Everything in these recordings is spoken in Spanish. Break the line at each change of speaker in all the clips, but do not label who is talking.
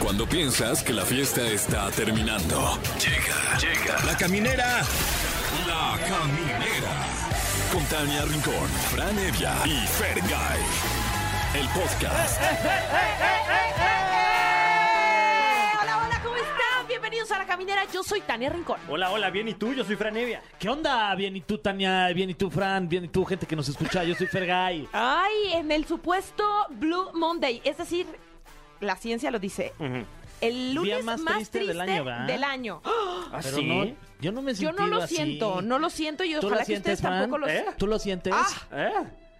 Cuando piensas que la fiesta está terminando. Llega, llega. La caminera. La caminera. Con Tania Rincón, Fran Evia y Fer El podcast.
¡Eh! Hola, hola, ¿cómo están? Bienvenidos a La Caminera, yo soy Tania Rincón.
Hola, hola, bien y tú, yo soy Franevia.
¿Qué onda? Bien, y tú, Tania, bien, y tú, Fran, bien, y tú, gente que nos escucha. Yo soy Fergay.
Ay, en el supuesto Blue Monday, es decir, la ciencia lo dice, el lunes más, triste, del año.
¿verdad?
¡Ah!
¿Ah,
Pero
sí?
no, yo no me
Yo no
sentido
lo
así.
siento, no lo siento y
¿Tú
ojalá
lo
que
sientes,
ustedes
Fran?
tampoco Ah, lo
¿Eh?
sientan.
¿Tú lo sientes?
¿Eh?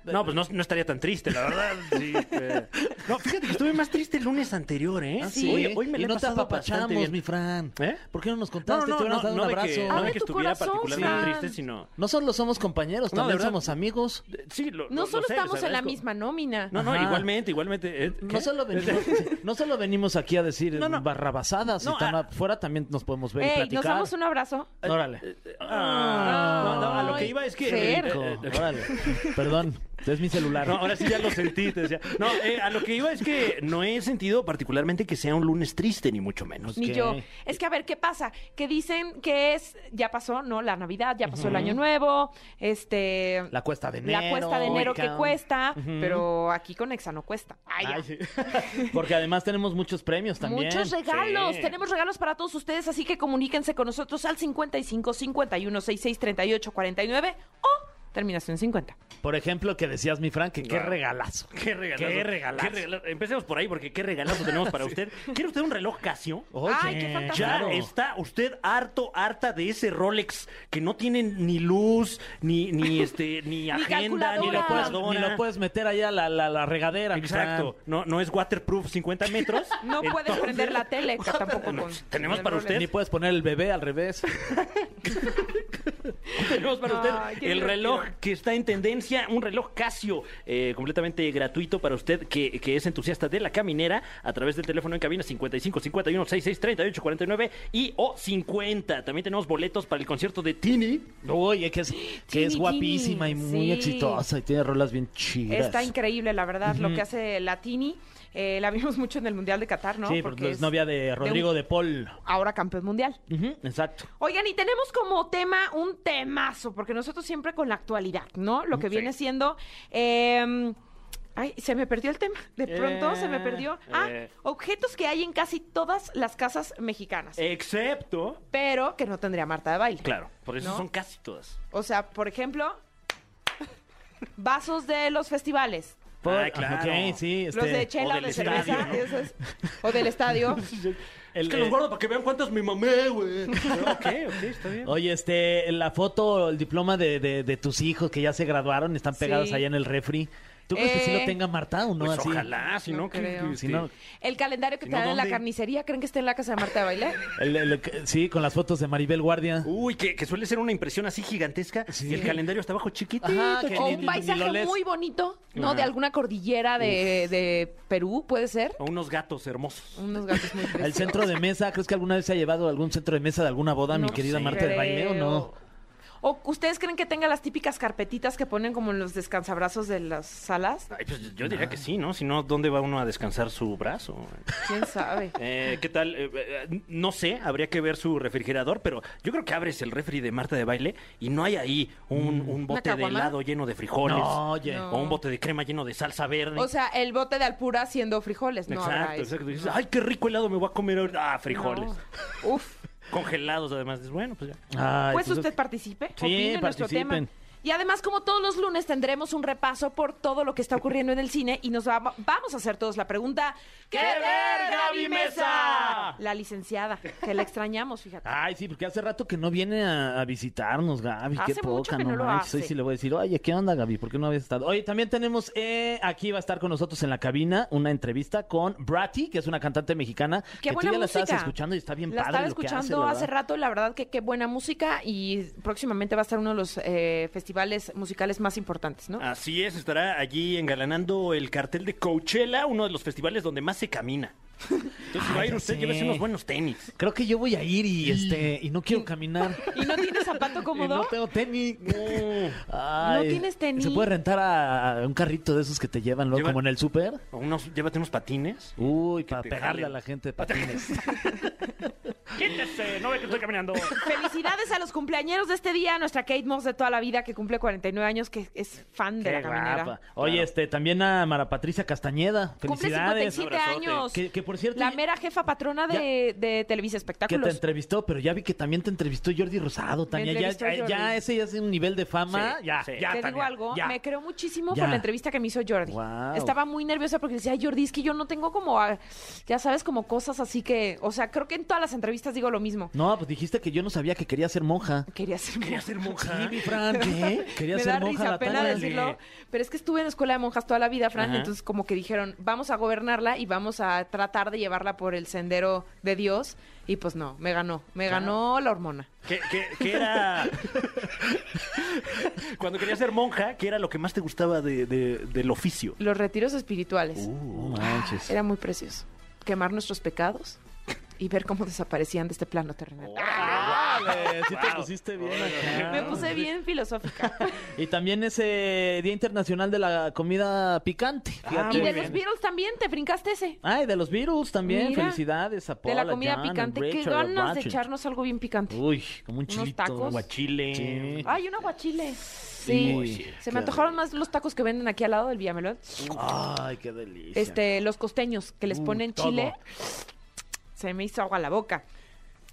No, pues no, no estaría tan triste, la verdad. sí, eh. No, fíjate que estuve más triste el lunes anterior, ¿eh?
Ah,
sí.
Oye, hoy me
y
la he
no te
pasado bastante
apapachamos,
bien.
mi Fran.
¿Eh?
¿Por qué no nos
No,
contaste?
no,
Te
no,
hubieras
no,
dado
no
un
de
abrazo.
que, no de
Abre
que
tu
estuviera
corazón,
particularmente
Fran.
triste, sino...
No solo somos compañeros,
No,
también
de verdad.
somos amigos.
Eh, Sí, lo-
No
lo-
solo
lo sé, les
estamos en la
agradezco.
misma nómina.
No, no,
Ajá.
igualmente, igualmente. eh,
No
¿qué?
solo, venimos, no solo venimos aquí a decir
No, no.
barrabasadas.
No,
si tan
ah.
afuera también nos podemos ver y
Ey, nos
platicar.
damos un abrazo.
Eh,
Órale.
Ah, no, no, a lo que
Ay,
iba es que...
Fer.
eh,
Co-
eh, eh,
Órale. Perdón, es mi celular.
No, ahora sí ya lo sentí, te decía. No, eh, a lo que iba es que no he sentido particularmente que sea un lunes triste, ni mucho menos.
Ni
Ok.
yo. Es que a ver, ¿qué pasa? Que dicen que es, ya pasó, ¿no? La Navidad, ya pasó el Año Nuevo, este...
La cuesta de enero.
La cuesta de enero que
cabrón.
cuesta,
Ujú.
pero aquí con Exa no cuesta. Ay, ya.
Ay, sí. Porque además tenemos muchos premios también.
Muchos regalos,
Sí.
tenemos regalos para todos ustedes, así que comuníquense con nosotros al 55 51 66 38 49 o terminación 50.
Por ejemplo, que decías, mi Frank, que qué
Wow.
regalazo.
Qué regalazo.
Qué regalazo.
Qué regala- Empecemos por ahí porque qué regalazo tenemos para usted. ¿Quiere usted un reloj Casio?
Oye,
Ay, qué fantasía.
Ya
Oh, claro.
está usted harto, harta de ese Rolex que no tiene ni luz, ni, ni este, ni agenda, ni
calculadora.
Ni lo puedes, ni
calculadora.
lo puedes meter allá a la, la- la regadera. mi
Exacto. No, no es waterproof 50 metros.
No puedes
Entonces,
prender la tele que tampoco con
tenemos para
Fran.
usted.
Ni puedes poner el bebé al revés.
Tenemos para usted
Ay, qué
el
divertido.
reloj que está en tendencia, un reloj Casio eh, completamente gratuito para usted que, que es entusiasta de la caminera a través del teléfono en cabina 55 51 66 38 49 y o 50. También tenemos boletos para el concierto de Tini.
Oye, que es, que es
Tini,
guapísima y
Tini,
muy
sí.
exitosa y tiene rolas bien chidas.
Está increíble, la verdad, lo que hace Latini. Eh, la vimos mucho en el Mundial de Qatar, ¿no?
Sí, porque, es novia de Rodrigo
un-
de, Paul.
Ahora campeón mundial.
Ujú, Exacto.
Oigan, y tenemos como tema un temazo, porque nosotros siempre con la actualidad, ¿no? Lo que viene siendo... eh, ay, se me perdió el tema. De pronto se me perdió. Ah,
eh.
objetos que hay en casi todas las casas mexicanas,
Excepto.
pero que no tendría Marta de baile.
Eh. Claro, por eso
¿No?
son casi todas.
O sea, por ejemplo, vasos de los festivales.
Paul-
Ah, claro.
Ok, sí.
los
este,
de chela o,
del
de cerveza.
estadio,
esos es- o del estadio.
el-
es que
eh,
los guardo para que vean cuántas me mamé, güey. ok, ok, está bien.
Oye, este, la foto, el diploma de, de- de tus hijos que ya se graduaron, están pegados
Sí.
allá en el refri. ¿Tú crees que sí
Eh,
lo tenga Marta o no?
Pues
así?
ojalá, si
No
no, que-
creo.
que- este,
Si no,
El calendario que
Si
te
no,
dan en la
¿dónde?
carnicería, ¿creen que está en la casa de Marta de baile?
el- el- que- sí, con las fotos de Maribel Guardia.
Uh,
Uy, que, que suele ser una impresión así gigantesca y el calendario está abajo chiquitito.
Ajá, que
O un
ni- ni- ni
paisaje
lo lees.
muy bonito, ¿no? De
Ajá.
alguna cordillera de, de Perú, puede ser.
O unos gatos hermosos.
Unos gatos muy
El
preciosos.
centro de mesa, ¿crees que alguna vez se ha llevado a algún centro de mesa de alguna boda, mi
No
querida
sé.
Marta de baile o no?
¿O ustedes creen que tenga las típicas carpetitas que ponen como en los descansabrazos de las salas?
Ay, pues yo diría que sí, ¿no? Si no, ¿dónde va uno a descansar su brazo?
¿Quién sabe?
Eh, ¿Qué tal? Eh, eh, no sé, habría que ver su refrigerador, pero yo creo que abres el refri de Marta de Baile y no hay ahí un, un bote de
caguama?
helado lleno de frijoles.
No, oye.
No.
O un bote de crema lleno de salsa verde.
O sea, el bote de alpura haciendo frijoles, ¿no? habrá
exacto,
eso.
exacto. Dices, ay, qué rico helado me voy a comer ahorita. Ah, frijoles.
No. Uf.
Congelados, además. Dices, Bueno, pues ya.
Ay,
Pues
pues,
usted participe,
Sí,
opine en nuestro
participen.
tema. Y además, como todos los lunes, tendremos un repaso por todo lo que está ocurriendo en el cine y nos va- vamos a hacer todos la pregunta:
¡Qué ver, Gaby Mesa?
La licenciada, que la extrañamos, fíjate.
Ay, sí, porque hace rato que no viene a, a visitarnos, Gaby.
Hace
qué
mucho
poca,
que no lo
manches. Hoy
hace.
sí le voy a decir, oye, ¿qué onda, Gaby? ¿Por qué no habías estado? Oye, también tenemos, eh, aquí va a estar con nosotros en la cabina una entrevista con Bratty, que es una cantante mexicana.
Qué
que
buena
tú ya
música.
la estabas escuchando y está bien
La
padre.
estaba
lo que hace,
escuchando
la
hace
verdad.
rato y la verdad que qué buena música y próximamente va a estar uno de los eh, festivales musicales más importantes,
Ah.
¿no?
Así es, estará allí engalanando el cartel de Coachella, uno de los festivales donde más se camina. Entonces, si va a ir
ya
usted,
sé.
llévese unos buenos tenis.
Creo que yo voy a ir y este y no quiero caminar.
¿Y no tienes zapato
Y no
cómodo?
tengo tenis.
¿No tienes tenis?
¿Se puede rentar a, a un carrito de esos que te llevan luego
Lleva-
como en el súper?
O unos, llévate unos patines.
Uy, para
te
pegarle
jalen.
a la gente de patines.
¡Quítese! ¡No ve que estoy caminando!
Felicidades a los cumpleañeros de este día, nuestra Kate Moss de toda la vida que cumple 49 años, que es fan de
Qué
la caminera.
guapa. Oye, este, también a Mara Patricia Castañeda.
Cumple
Felicidades.
57
abrazote.
años.
Que, que, por cierto,
La mera jefa patrona de, de Televisa
que te
Espectáculos.
entrevistó, pero ya vi que también te entrevistó Jordi Rosado, Tania. Ya,
entrevistó
ya- ya
Jordi.
ese ya es un nivel de fama.
Sí,
ya,
sí.
ya,
Te digo
Tania,
algo,
ya.
me creo muchísimo
Ya.
por la entrevista que me hizo Jordi.
Guau.
Estaba muy nerviosa porque decía, "Ay, Jordi, es que yo no tengo como, ah, ya sabes, como cosas así que, o sea, creo que en todas las entrevistas digo lo mismo.
No, pues dijiste que yo no sabía que quería ser monja.
Quería ser
Quería
monja.
ser monja.
Sí, mi Fran, ¿qué? Quería
me
ser
da
monja
risa,
la
pena
Tania.
decirlo, pero es que estuve en escuela de monjas toda la vida, Fran,
Ajá.
entonces como que dijeron, vamos a gobernarla y vamos a tratar de llevarla por el sendero de Dios, y pues no, me ganó, me ganó la hormona.
¿Qué, qué, qué era? Cuando querías ser monja, ¿qué era lo que más te gustaba de, de- del oficio? Ah.
Los retiros espirituales,
No manches.
era muy precioso. Quemar nuestros pecados y ver cómo desaparecían de este plano
Ah,
Oh,
terrenal.
Órale, sí te pusiste bien acá.
Me puse bien filosófica.
Y también ese Día Internacional de la Comida Picante.
Ah,
y
muy
de
bien.
los Beatles también, te brincaste ese.
Ay, de los Beatles también.
Mira.
Felicidades a
De
Paul,
la
a
comida
John, a
picante. Qué
Richard, a
ganas de
Patrick.
echarnos algo bien picante.
Uy, como un
Unos
chilito.
tacos.
Guachile.
Sí.
Ay, un aguachile. Sí.
Uy,
Se
qué
me antojaron más los tacos que venden aquí al lado del Villamelón.
Ay, qué delicia.
Este, los costeños que les
Mm,
ponen
todo.
chile. Se me hizo agua la boca.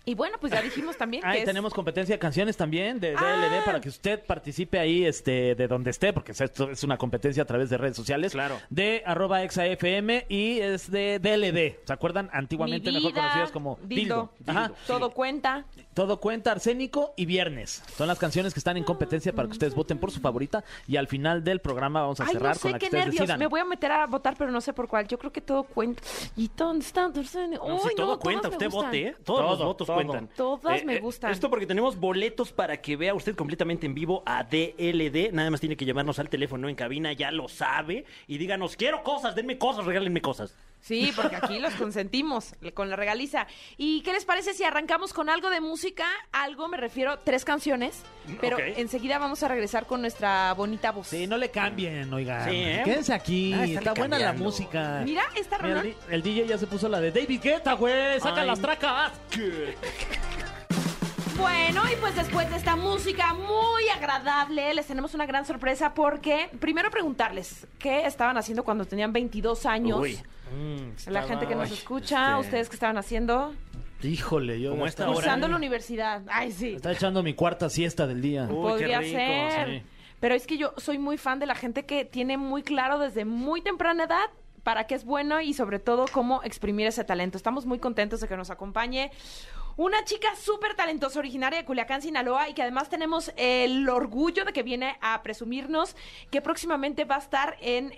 Y bueno, pues ya dijimos también que
Ay,
es-
tenemos competencia de canciones también de DLD
Ah.
para que usted participe ahí este, de donde esté, porque esto es una competencia a través de redes sociales.
Claro.
De arroba exafm y es de DLD. ¿Se acuerdan? Antiguamente
Mi
mejor
vida,
conocidas como
Dildo,
Dildo. Ajá.
todo cuenta.
Todo cuenta, Arsénico y Viernes. Son las canciones que están en competencia para que ustedes voten por su favorita. Y al final del programa vamos a
Ay,
cerrar
no sé
con la que
qué
ustedes
nervios.
decidan.
Me voy a meter a votar, pero no sé por cuál. Yo creo que todo cuenta. Y dónde están?
No, si todo cuenta, usted vote, ¿eh? Todos los
Todo,
votos
todo.
cuentan.
Todas me
eh,
gustan.
Esto porque tenemos boletos para que vea usted completamente en vivo a DLD. Nada más tiene que llamarnos al teléfono en cabina, ya lo sabe. Y díganos, quiero cosas, denme cosas, regálenme cosas.
Sí, porque aquí los consentimos con la regaliza. ¿Y qué les parece si arrancamos con algo de música? Algo, me refiero, tres canciones. Pero
ok.
enseguida vamos a regresar con nuestra bonita voz.
Sí, no le cambien, oigan.
Sí, ¿eh?
Quédense aquí.
Ah, estarle
Está buena la
cambiando.
música.
Mira, esta
ah, Mira, el,
reunión.
di- el DJ ya se puso la de David Guetta, güey. Saca
Ay.
las tracas.
Bueno, y pues después de esta música muy agradable, les tenemos una gran sorpresa porque primero preguntarles qué estaban haciendo cuando tenían 22 años.
Uy. Mm,
La gente que nos
Ay,
escucha,
este-
ustedes que estaban haciendo,
Híjole, yo.
Como
ya
esta
estaba-
hora.
cursando la universidad. Ay, sí.
Está echando mi cuarta siesta del día.
Uy,
Podría
qué rico,
ser.
sí.
Pero es que yo soy muy fan de la gente que tiene muy claro desde muy temprana edad para qué es bueno y sobre todo cómo exprimir ese talento. Estamos muy contentos de que nos acompañe una chica súper talentosa originaria de Culiacán, Sinaloa y que además tenemos el orgullo de que viene a presumirnos que próximamente va a estar en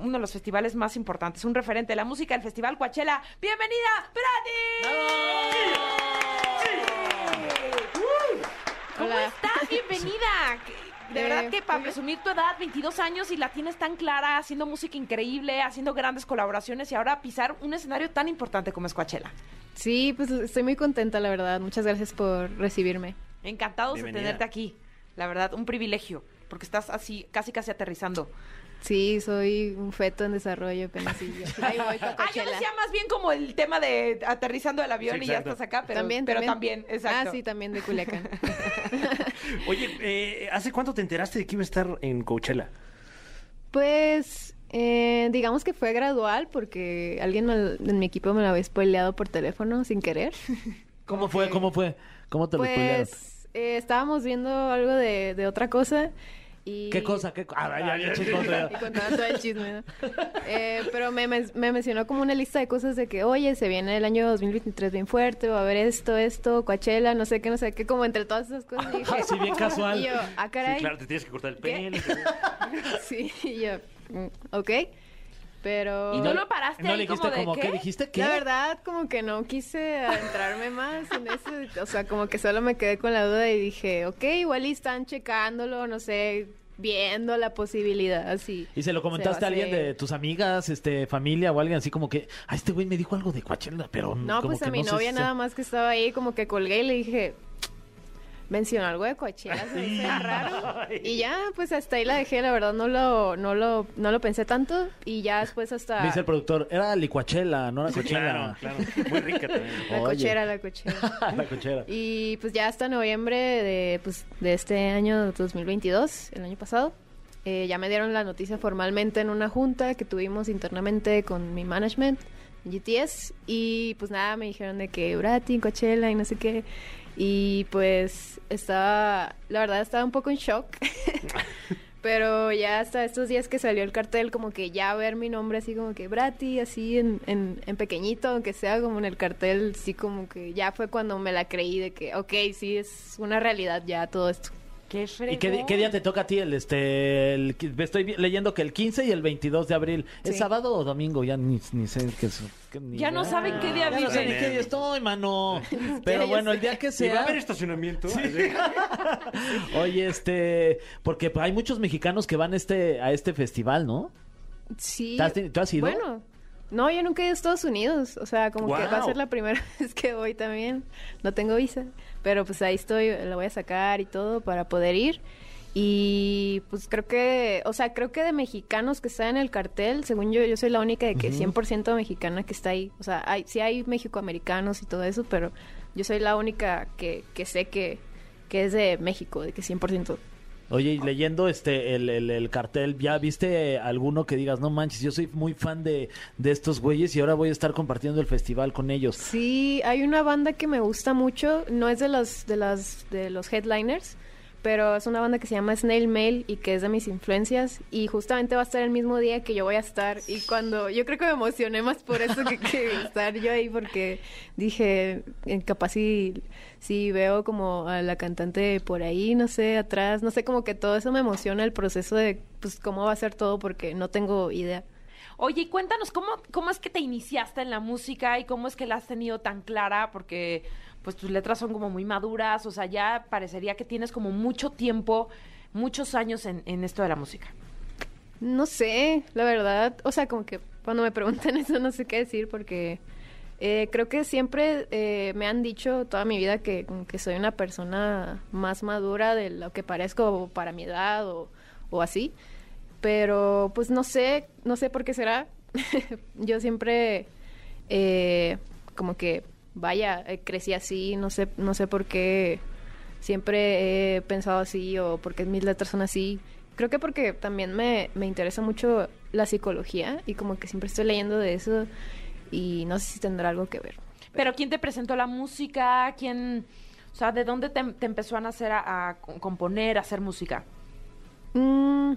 uno de los festivales más importantes, un referente de la música, el Festival Coachella. ¡Bienvenida, Brady! ¿Cómo
¡Uh! Hola.
estás? Bienvenida. De
Eh,
verdad que para
muy bien.
presumir tu edad, 22 años y la tienes tan clara, haciendo música increíble, haciendo grandes colaboraciones y ahora pisar un escenario tan importante como es Coachella.
Sí, pues estoy muy contenta, la verdad. Muchas gracias por recibirme.
Encantados
Bienvenida.
de tenerte aquí. La verdad, un privilegio, porque estás así, casi casi aterrizando.
Sí, soy un feto en desarrollo apenas y ya- ahí voy con
Ah, yo
Coachella.
decía más bien como el tema de aterrizando del avión
Sí,
y ya
exacto.
estás acá, pero
también,
también, pero también, exacto.
Ah, sí, también de Culiacán.
Oye, eh, ¿hace cuánto te enteraste de que iba a estar en Coachella?
pues eh, digamos que fue gradual porque alguien me- en mi equipo me lo había spoileado por teléfono sin querer.
¿Cómo fue? ¿Cómo fue? ¿Cómo te lo spoilearon?
Pues eh, estábamos viendo algo de, de otra cosa y...
¿Qué cosa? ¿Qué co- Ah, ya, ya, chicos,
Y
ya.
contaba todo el chisme, ¿no? Eh, pero me, men- me mencionó como una lista de cosas de que, oye, se viene el año 2023 bien fuerte, va a haber esto, esto, Coachella, no sé qué, no sé qué, como entre todas esas cosas. Y dije,
Ah, Sí, bien casual.
Y yo, ah, caray.
Sí, claro, te tienes que cortar el
¿Qué?
pelo.
Sí, y yo, mm, ok. Pero...
Y no lo paraste
¿No
ahí
le dijiste
como de
como
¿qué?
qué dijiste? ¿Qué?
La verdad, como que no quise adentrarme más en eso. O sea, como que solo me quedé con la duda y dije, ok, igual y están checándolo, no sé, viendo la posibilidad, así.
Y se lo comentaste
va
a alguien
hacer.
de tus amigas, este, familia o alguien así como que, ah, este güey me dijo algo de Coachella, pero
No,
Mm, como
pues a
que
mi
no sé
novia
si-
nada más que estaba ahí, como que colgué y le dije, mencionó algo de Coachella, se me hizo bien raro. Y ya, pues hasta ahí la dejé, la verdad no lo, no lo, no lo pensé tanto. Y ya después hasta
Dice el productor, era licuachela, no era
Sí,
cochela.
claro, claro. Muy rica también.
la
Oye.
cochera, la cochera.
la cochera.
Y pues ya hasta noviembre de, pues, de este año 2022, el año pasado, eh, ya me dieron la noticia formalmente en una junta que tuvimos internamente con mi management, GTS, y pues nada, me dijeron de que Brati, Coachella y no sé qué. Y pues estaba, la verdad estaba un poco en shock. Pero ya hasta estos días que salió el cartel, como que ya ver mi nombre así como que Brati, así en, en, en pequeñito, aunque sea como en el cartel, sí como que ya fue cuando me la creí de que, ok, sí, es una realidad ya todo esto.
Qué
¿Y qué, di-
fregón.
qué día te toca a ti? El, este, el qui- estoy vi- leyendo que el 15 y el 22 de abril. ¿Es
Sí.
sábado o domingo? Ya ni, ni sé qué es. que ni
Ya no
idea.
saben qué día
Ya no sé
viven.
ni qué día estoy, mano.
Ya,
Pero
ya
bueno,
sé.
el día que
¿Y va a
sea.
haber estacionamiento?
Oye, este. Porque hay muchos mexicanos que van este, a este festival, ¿no?
Sí.
¿Te has ten- tú has ido?
Bueno, no, yo nunca he ido a Estados Unidos, o sea, como que va a
Guau.
ser la primera vez que voy también, no tengo visa, pero pues ahí estoy, la voy a sacar y todo para poder ir. Y pues creo que, o sea, creo que de mexicanos que están en el cartel, según yo, yo soy la única de que 100% mexicana que está ahí. O sea, hay, sí hay mexicoamericanos y todo eso, pero yo soy la única que, que sé que, que es de México, de que 100%.
Oye, y leyendo este el, el- el cartel, ¿ya viste alguno que digas, no manches, yo soy muy fan de, de estos güeyes y ahora voy a estar compartiendo el festival con ellos?
Sí, hay una banda que me gusta mucho, no es de los, de las de los headliners, pero es una banda que se llama Snail Mail y que es de mis influencias y justamente va a estar el mismo día que yo voy a estar y cuando yo creo que me emocioné más por eso que, que estar yo ahí porque dije, eh, capaz si, si veo como a la cantante por ahí, no sé, atrás, no sé, como que todo eso me emociona el proceso de pues cómo va a ser todo porque no tengo idea.
Oye, y cuéntanos, ¿cómo, ¿cómo es que te iniciaste en la música y cómo es que la has tenido tan clara? Porque pues tus letras son como muy maduras, o sea, ya parecería que tienes como mucho tiempo, muchos años en, en esto de la música.
No sé, la verdad. O sea, como que cuando me preguntan eso no sé qué decir porque eh, creo que siempre eh, me han dicho toda mi vida que, como que soy una persona más madura de lo que parezco para mi edad o, o así. Pero pues no sé, no sé por qué será. Yo siempre eh, como que, vaya, eh, crecí así, no sé, no sé por qué siempre he pensado así o porque mis letras son así. Creo que porque también me, me interesa mucho la psicología y como que siempre estoy leyendo de eso y no sé si tendrá algo que ver.
Pero ¿quién te presentó la música? ¿Quién, o sea, de dónde te, te empezó a nacer a, a co- componer, a hacer música?
Mm,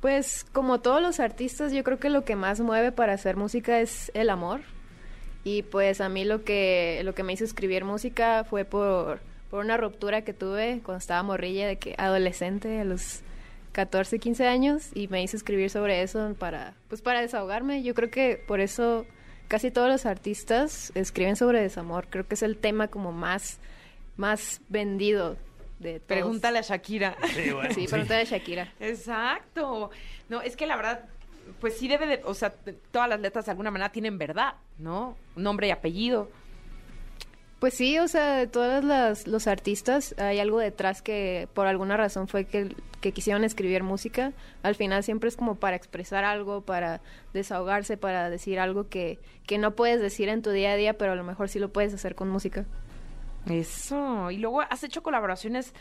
pues como todos los artistas, yo creo que lo que más mueve para hacer música es el amor. Y pues a mí lo que, lo que me hizo escribir música fue por, por una ruptura que tuve cuando estaba morrilla, de que adolescente, a los 14, 15 años, y me hizo escribir sobre eso para, pues para desahogarme. Yo creo que por eso casi todos los artistas escriben sobre desamor. Creo que es el tema como más, más vendido de todos.
Pregúntale a Shakira.
Sí, bueno.
Sí, pregúntale a Shakira.
Exacto. No, es que la verdad, pues sí debe de, o sea, t- todas las letras de alguna manera tienen verdad, ¿no? Nombre y apellido.
Pues sí, o sea, de todas las los artistas hay algo detrás que por alguna razón fue que, que quisieron escribir música. Al final siempre es como para expresar algo, para desahogarse, para decir algo que, que no puedes decir en tu día a día, pero a lo mejor sí lo puedes hacer con música.
Eso. Y luego has hecho colaboraciones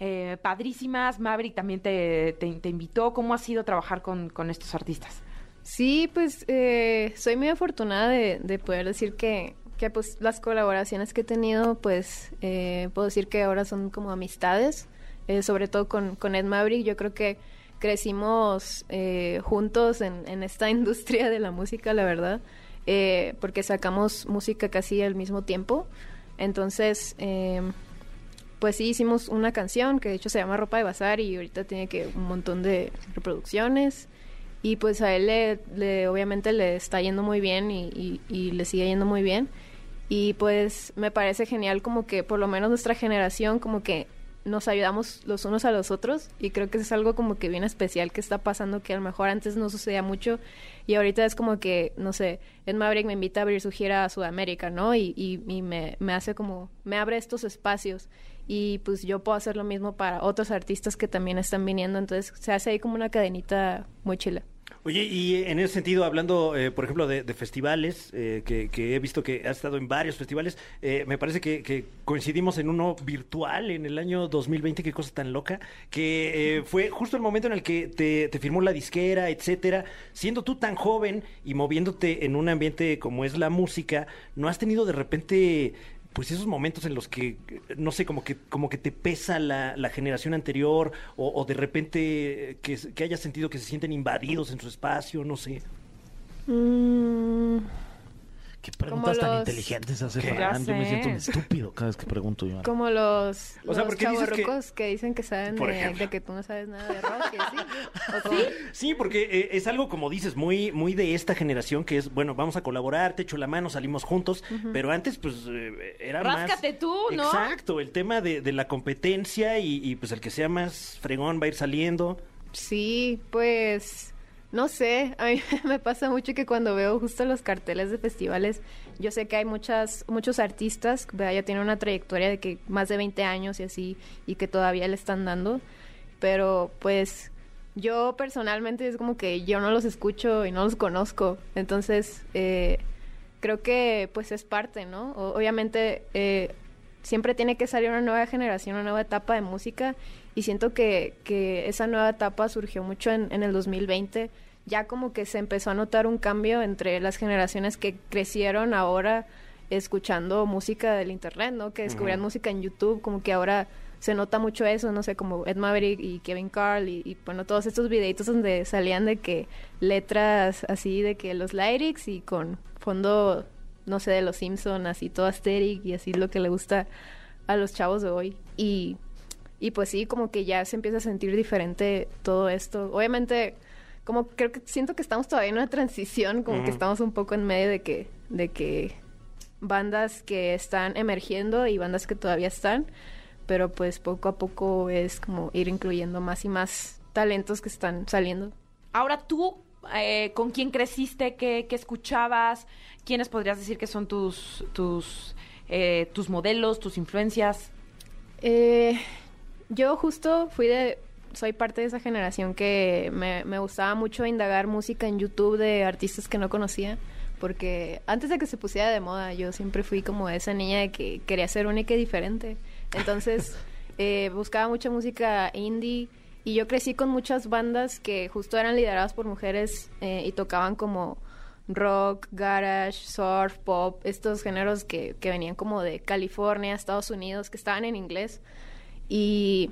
eh, padrísimas. Maverick también te, te- te invitó. ¿Cómo ha sido trabajar con, con estos artistas?
Sí, pues eh, soy muy afortunada de, de poder decir que, que pues las colaboraciones que he tenido, pues eh, puedo decir que ahora son como amistades, eh, sobre todo con, con Ed Maverick. Yo creo que crecimos eh, juntos en, en esta industria de la música, la verdad, eh, porque sacamos música casi al mismo tiempo. Entonces, em, pues sí, hicimos una canción que de hecho se llama Ropa de Bazar y ahorita tiene que un montón de reproducciones. Y pues a él le, le- obviamente le está yendo muy bien y, y- y le sigue yendo muy bien. Y pues me parece genial como que por lo menos nuestra generación como que nos ayudamos los unos a los otros y creo que eso es algo como que bien especial que está pasando que a lo mejor antes no sucedía mucho y ahorita es como que, no sé, Ed Maverick me invita a abrir su gira a Sudamérica, ¿no? Y, y, y me, me hace como, me abre estos espacios y pues yo puedo hacer lo mismo para otros artistas que también están viniendo, entonces se hace ahí como una cadenita muy chila.
Oye, y en ese sentido, hablando, eh, por ejemplo, de, de festivales, eh, que, que he visto que has estado en varios festivales, eh, me parece que, que coincidimos en uno virtual en el año 2020, qué cosa tan loca, que eh, fue justo el momento en el que te, te firmó la disquera, etcétera. Siendo tú tan joven y moviéndote en un ambiente como es la música, ¿no has tenido de repente pues esos momentos en los que, no sé, como que, como que te pesa la, la generación anterior o, o de repente eh, que, que hayas sentido que se sienten invadidos en su espacio, no sé.
Mm,
Qué preguntas tan
los-
inteligentes hace
Ya
Fran. Yo me
sé.
siento un estúpido cada vez que pregunto yo.
como los,
O sea,
los
porque dices que-
chavorrucos que... dicen que saben
Por
de,
ejemplo.
de que tú no sabes nada de rock, y así.
¿Ah,
O como-
Sí, porque eh, es algo, como dices, muy, muy de esta generación que es, bueno, vamos a colaborar, te echo la mano, salimos juntos, pero antes, pues, eh, era más...
Ráscate tú, ¿no?
Exacto, el tema de, de la competencia y, y, pues, el que sea más fregón va a ir saliendo.
Sí, pues no sé, a mí me pasa mucho que cuando veo justo los carteles de festivales, yo sé que hay muchas muchos artistas, ¿verdad? ya tienen una trayectoria de que más de 20 años y así y que todavía le están dando, pero pues yo personalmente es como que yo no los escucho y no los conozco, entonces eh, creo que pues es parte, ¿no? O- obviamente eh, siempre tiene que salir una nueva generación, una nueva etapa de música y siento que, que esa nueva etapa surgió mucho en, en el 2020. Ya como que se empezó a notar un cambio entre las generaciones que crecieron ahora escuchando música del internet, ¿no? Que descubrían música en YouTube, como que ahora se nota mucho eso, no sé, como Ed Maverick y Kevin Carl y, y, bueno, todos estos videitos donde salían de que letras así, de que los lyrics y con fondo, no sé, de los Simpson, así todo asteric y así lo que le gusta a los chavos de hoy. Y, y pues sí, como que ya se empieza a sentir diferente todo esto. Obviamente, como creo que siento que estamos todavía en una transición, como que estamos un poco en medio de que, de que bandas que están emergiendo y bandas que todavía están, pero pues poco a poco es como ir incluyendo más y más talentos que están saliendo.
Ahora tú, eh, ¿con quién creciste? ¿Qué, qué escuchabas? ¿Quiénes podrías decir que son tus, tus, eh, tus modelos, tus influencias?
Eh, yo justo fui de... Soy parte de esa generación que me, me gustaba mucho indagar música en YouTube de artistas que no conocía, porque antes de que se pusiera de moda, yo siempre fui como esa niña de que quería ser única y diferente. Entonces, eh, buscaba mucha música indie y yo crecí con muchas bandas que justo eran lideradas por mujeres eh, y tocaban como rock, garage, surf, pop, estos géneros que, que venían como de California, Estados Unidos, que estaban en inglés. Y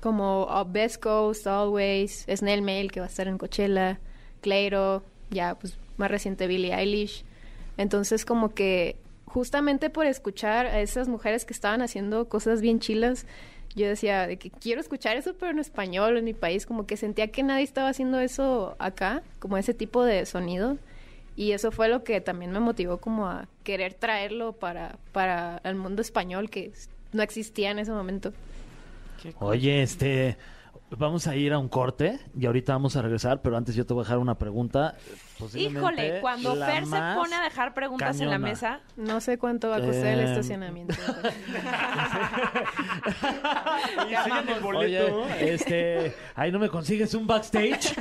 como uh, Best Coast, Always, Snail Mail, que va a estar en Coachella, Clairo, ya pues más reciente Billie Eilish. Entonces como que justamente por escuchar a esas mujeres que estaban haciendo cosas bien chilas, yo decía de que quiero escuchar eso pero en español, en mi país, como que sentía que nadie estaba haciendo eso acá, como ese tipo de sonido. Y eso fue lo que también me motivó como a querer traerlo para, para el mundo español que s- no existía en ese momento.
Oye, este. Vamos a ir a un corte y ahorita vamos a regresar, pero antes yo te voy a dejar una pregunta. eh, posiblemente
Híjole, cuando
la
Fer se
más-
pone a dejar preguntas en la
cañona.
mesa,
No sé cuánto va a costar el
Em.
estacionamiento.
Enséñame el boleto.
Oye, este, ahí no me consigues un backstage.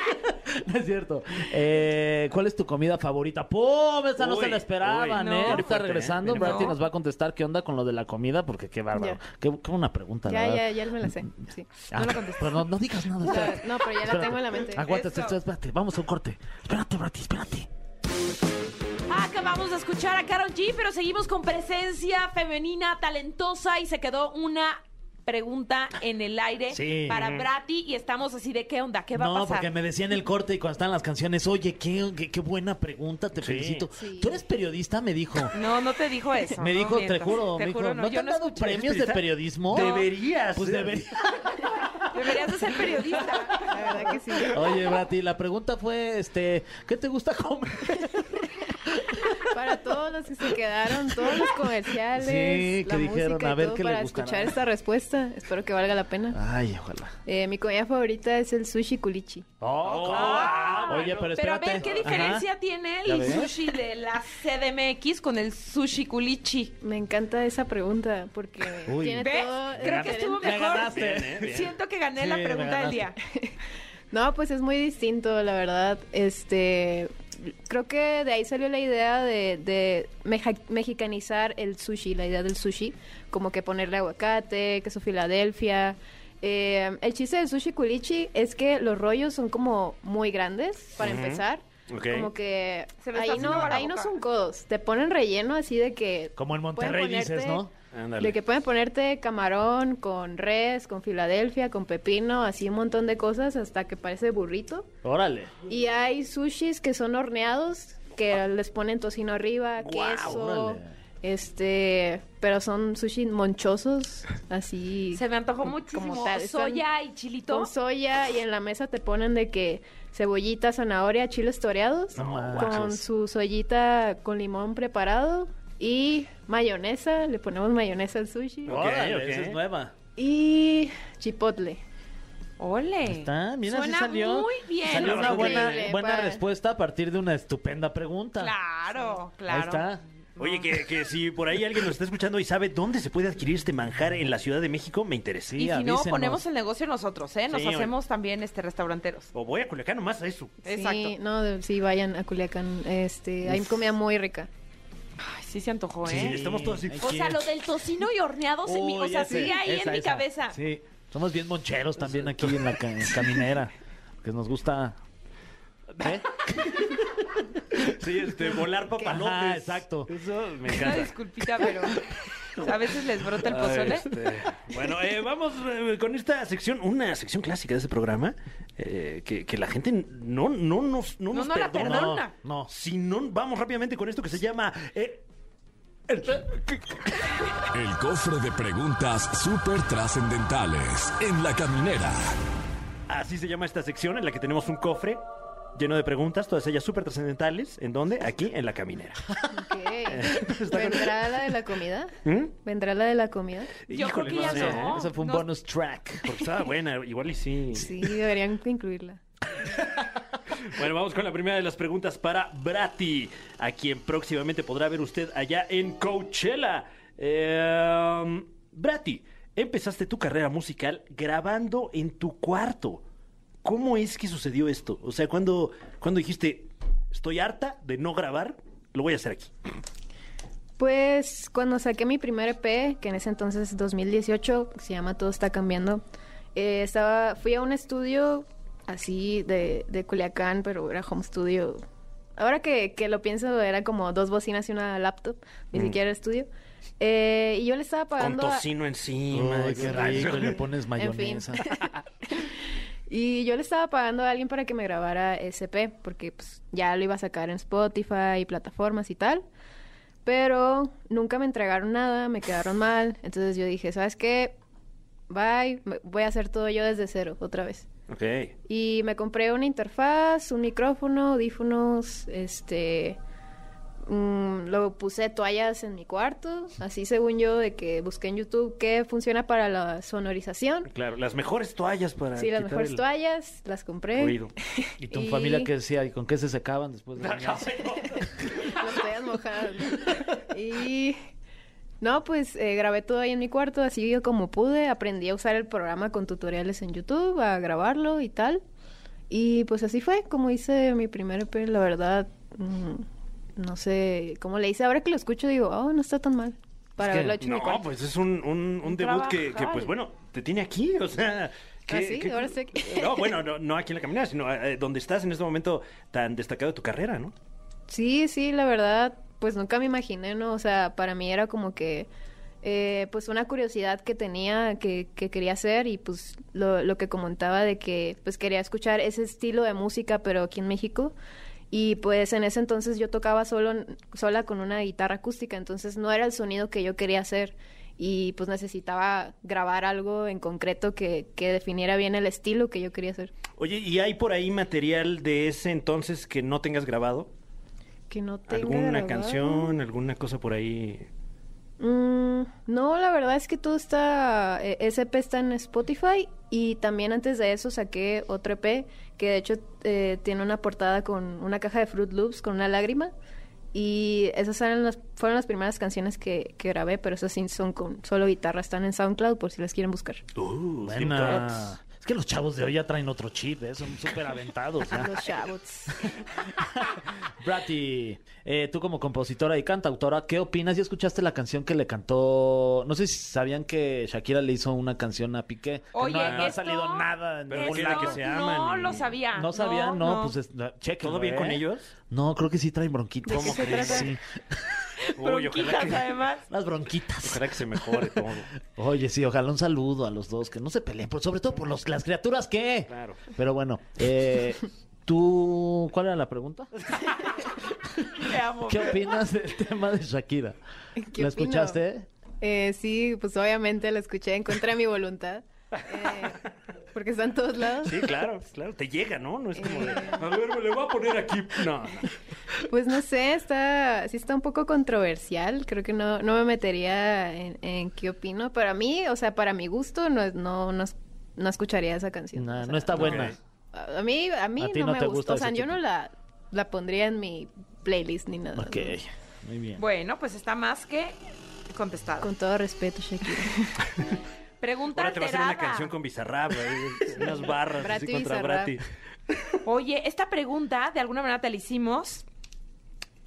no es cierto. Eh, ¿Cuál es tu comida favorita? ¡Pum! Esta no
Uy,
se la esperaban,
uy,
¿eh?
no.
Ahorita
Fuerte,
regresando,
¿eh?
Brati
No.
nos va a contestar qué onda con lo de la comida, porque qué bárbaro.
Ya.
Qué, qué buena pregunta, la
ya,
verdad.
ya, ya me la sé. Sí.
Ah, pero no, no digas nada.
No,
espérate.
no, pero ya la
Espérate.
tengo en la mente.
Aguanta,
Eso.
espérate, espérate. Vamos a un corte. Espérate, Brati, espérate.
Acabamos de escuchar Ah, a Karol G, pero seguimos con presencia femenina, talentosa, y se quedó una pregunta en el aire
Sí.
para Brati y estamos así de qué onda, qué va
no,
a pasar.
porque me decían el corte y cuando estaban las canciones, oye, qué, qué, qué buena pregunta, te felicito.
Sí.
¿Tú eres periodista? Me dijo.
No, no te dijo eso.
Me
no
dijo, te
mientas,
juro, me dijo, ¿no, te
yo
han dado
escuché.
premios de periodismo?
Deberías.
Pues
¿eh?
debería.
Deberías de ser periodista.
La verdad que sí.
Oye, Brati, la pregunta fue, este, ¿qué te gusta comer?
para todos los que se quedaron, todos los comerciales,
Sí,
la
que dijeron,
música y
a ver
todo
qué le
para
gustará. Ah.
escuchar esta respuesta. Espero que valga la pena.
Ay, ojalá.
Eh, mi comida favorita es el sushi culichi.
Oh,
Ah,
Oye, pero
Pero a
espérate.
ver, ¿qué diferencia tiene
¿Ya
el
ves?
sushi de la CDMX con el sushi culichi?
Me encanta esa pregunta porque
Uy.
tiene
¿Ves?
todo.
Creo que estuvo
Me
mejor.
ganaste. ¿eh?
eh,
Siento que gané la
Sí, me
pregunta del día.
No, pues es muy distinto, la verdad. Este, creo que de ahí salió la idea de, de meja- mexicanizar el sushi, la idea del sushi, como que ponerle aguacate, queso Filadelfia. Eh, el chiste del sushi culichi es que los rollos son como muy grandes, para
Ujú.
empezar.
Ok.
Como que
Se me está
ahí
haciendo
no,
agua la
ahí no
boca.
son codos, te ponen relleno así de que...
Como en
pueden
Monterrey dices,
ponerte-
¿no?
Ándale.
de que pueden ponerte camarón con res, con Filadelfia, con pepino, así un montón de cosas hasta que parece burrito.
Órale.
Y hay sushis que son horneados, que les ponen tocino arriba,
Guau,
queso,
órale.
este, pero son sushi monchosos, así
Se me antojó muchísimo
Como tal, están-
soya y chilito.
con soya y en la mesa te ponen de que cebollita, zanahoria, chiles toreados,
No
con
manches.
su soyita con limón preparado y mayonesa, le ponemos mayonesa al sushi
Ok,
Órale,
ok.
esa es nueva.
y chipotle.
Ole.
Está, Ah, mira, sí
Suena
salió.
muy bien.
Salió una
Increíble,
buena, buena
padre.
respuesta a partir de una estupenda pregunta.
Claro, claro.
Ahí está.
Oye, que, que si por ahí alguien nos está escuchando y sabe dónde se puede adquirir este manjar en la Ciudad de México, me interesa.
Y si
avísenos.
no, ponemos el negocio nosotros, ¿eh? Nos
Sí, oye.
hacemos también este restauranteros.
O voy a Culiacán nomás a eso.
Sí,
Exacto.
no, de- sí, vayan a Culiacán. Este, hay comida muy rica.
Ay, sí se antojó,
Sí,
¿eh?
estamos todos así.
Ay,
O sea, lo del tocino y horneado, se mi- o
Uy,
sea,
ese,
sigue ahí
esa,
en mi
esa.
cabeza.
Sí. Somos bien moncheros también aquí en la ca- caminera. Que nos gusta. ¿Eh?
Sí, este, volar papalotes.
Ajá, exacto.
Eso me
Una
encanta.
disculpita, pero a veces les brota el
Ay,
pozole.
este, Bueno, eh, vamos eh, con esta sección, una sección clásica de este programa, eh, que, que la gente no, no nos, no
No,
nos
no la
perdona.
perdona.
No.
Si no, vamos rápidamente con esto que se llama... eh, el-
El cofre de preguntas súper trascendentales en la caminera.
Así se llama esta sección en la que tenemos un cofre lleno de preguntas, todas ellas súper trascendentales. ¿En dónde? Aquí, en la caminera.
Ok. ¿Vendrá la de la comida?
¿Mm?
¿Vendrá la de la comida?
Yo creo
Híjole,
que
no
ya
sé,
no.
¿eh?
Eso fue un
Nos-
bonus track.
Porque estaba buena, igual y sí.
Sí, deberían incluirla.
Bueno, vamos con la primera de las preguntas para Brati, a quien próximamente podrá ver usted allá en Coachella. Eh, Brati, empezaste tu carrera musical grabando en tu cuarto. ¿Cómo es que sucedió esto? O sea, cuando dijiste, estoy harta de no grabar, lo voy a hacer aquí?
Pues cuando saqué mi primer EP, que en ese entonces 2018, se llama Todo está cambiando, eh, estaba, fui a un estudio así de, de Culiacán, pero era home studio. Ahora que, que lo pienso, era como dos bocinas y una laptop, ni siquiera estudio. Eh, y yo le estaba
Mm. Con
pagando... a-
tocino encima.
Uy, qué rico. Le pones mayonesa.
Y yo le estaba pagando a alguien para que me grabara SP, porque pues, ya lo iba a sacar en Spotify y plataformas y tal. Pero nunca me entregaron nada, me quedaron mal. Entonces yo dije, ¿sabes qué? Bye, me- voy a hacer todo yo desde cero otra vez.
Ok.
Y me compré una interfaz, un micrófono, audífonos, este... mm, lo puse toallas en mi cuarto, así según yo, de que busqué en YouTube qué funciona para la sonorización.
Claro, las mejores toallas para.
Sí, las
quitar
mejores
el
toallas, ¿eh? las compré.
ruido.
¿Y tu
Y-
familia qué decía? ¿Y con qué se secaban después de bañarse?
Las toallas mojadas. ¿no? Y no, pues eh, grabé todo ahí en mi cuarto, así yo como pude. Aprendí a usar el programa con tutoriales en YouTube, a grabarlo y tal. Y pues así fue como hice mi primer EP, la verdad. mm, No sé cómo le hice. Ahora que lo escucho, digo, oh, no está tan mal. Para
que-
haberlo hecho en mi
No,
cuarto.
pues es un, un, un debut que, que, pues
Trabajal.
bueno, te tiene aquí, o sea... que-
¿Ah, sí?
que-
Ahora estoy aquí.
No, bueno, no, no aquí en la caminada, sino eh, donde estás en este momento tan destacado de tu carrera, ¿no?
Sí, sí, la verdad, pues nunca me imaginé, ¿no? O sea, para mí era como que, eh, pues una curiosidad que tenía, que, que quería hacer y pues lo, lo que comentaba de que, pues quería escuchar ese estilo de música, pero aquí en México. Y pues en ese entonces yo tocaba solo, sola con una guitarra acústica, entonces no era el sonido que yo quería hacer y pues necesitaba grabar algo en concreto que, que definiera bien el estilo que yo quería hacer.
Oye, ¿y hay por ahí material de ese entonces que no tengas grabado?
Que no tenga
¿Alguna
grabado.
canción, alguna cosa por ahí?
Mm, no, la verdad es que todo está. eh, Ese EP está en Spotify. Y también antes de eso saqué otro EP que de hecho eh, tiene una portada con una caja de Fruit Loops con una lágrima. Y esas eran las, fueron las primeras canciones que, que grabé, pero esas sí son con solo guitarra. Están en SoundCloud por si las quieren buscar.
Uh,
Buena. Es que los chavos de hoy ya traen otro chip, ¿eh? son súper aventados. ¿eh?
Los chavos.
Brati, eh, tú como compositora y cantautora, ¿qué opinas? ¿Ya escuchaste la canción que le cantó? No sé si sabían que Shakira le hizo una canción a Piqué.
Oye,
no, no ha
esto-
salido nada en
Pero
ningún
qué
lado.
que se aman
Eh, No
y-
lo sabía.
No sabían, no, pues
este,
es, chéquenlo,
¿Todo bien con
¿eh?
ellos?
No, creo que sí traen bronquitas.
¿Cómo
Sí.
crees?
Sí.
Uy, ojalá
Bronquitas,
que,
además.
Las bronquitas.
ojalá que se mejore todo.
Oye, sí, ojalá un saludo a los dos, que no se peleen, por, sobre todo por los, las criaturas que.
Claro.
Pero bueno, eh, tú, ¿cuál era la pregunta?
Te amo.
¿Qué opinas del tema de Shakira?
¿Qué
¿La
opino?
escuchaste?
Eh, sí, pues obviamente la escuché en contra de mi voluntad. eh, porque está en todos lados.
Sí, claro, claro. Te llega, ¿no? No es como de,
Eh.
a ver, me le voy a poner aquí. No,
Pues no sé, está, sí está un poco controversial. Creo que no, no me metería en, en qué opino. Para mí, o sea, para mi gusto, no, es- no, no, es- no escucharía esa canción.
Nah,
O sea,
no está buena.
ok.
A a mí, a mí
A ti
no,
no
me
te
gusta.
gusta
O sea,
ese
yo
tipo.
no la, la pondría en mi playlist ni nada.
Ok, muy bien.
Bueno, pues está más que contestado.
Con todo respeto, Shakira.
Pregunta
ahora te va a hacer una
alterada.
canción con Bizarrap, ahí, unas barras así
Brati
contra
Bizarrap.
Brati.
Oye, esta pregunta de alguna manera te la hicimos.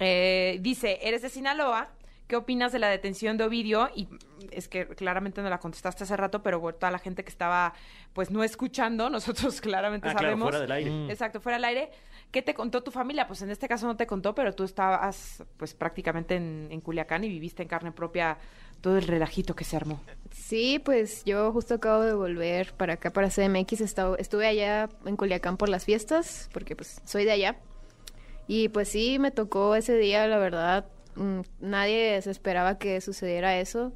Eh, dice, eres de Sinaloa, ¿qué opinas de la detención de Ovidio? Y es que claramente no la contestaste hace rato, pero bueno, toda la gente que estaba pues no escuchando, nosotros claramente
Ah, claro,
sabemos. Mm.
fuera del aire.
Mm.
Exacto, fuera al aire. ¿Qué te contó tu familia? Pues en este caso no te contó, pero tú estabas pues prácticamente en, en Culiacán y viviste en carne propia todo el relajito que se armó.
Sí, pues yo justo acabo de volver para acá, para CMX. Estaba- estuve allá en Culiacán por las fiestas, porque pues soy de allá. Y pues sí, me tocó ese día, la verdad. mm, Nadie se esperaba que sucediera eso.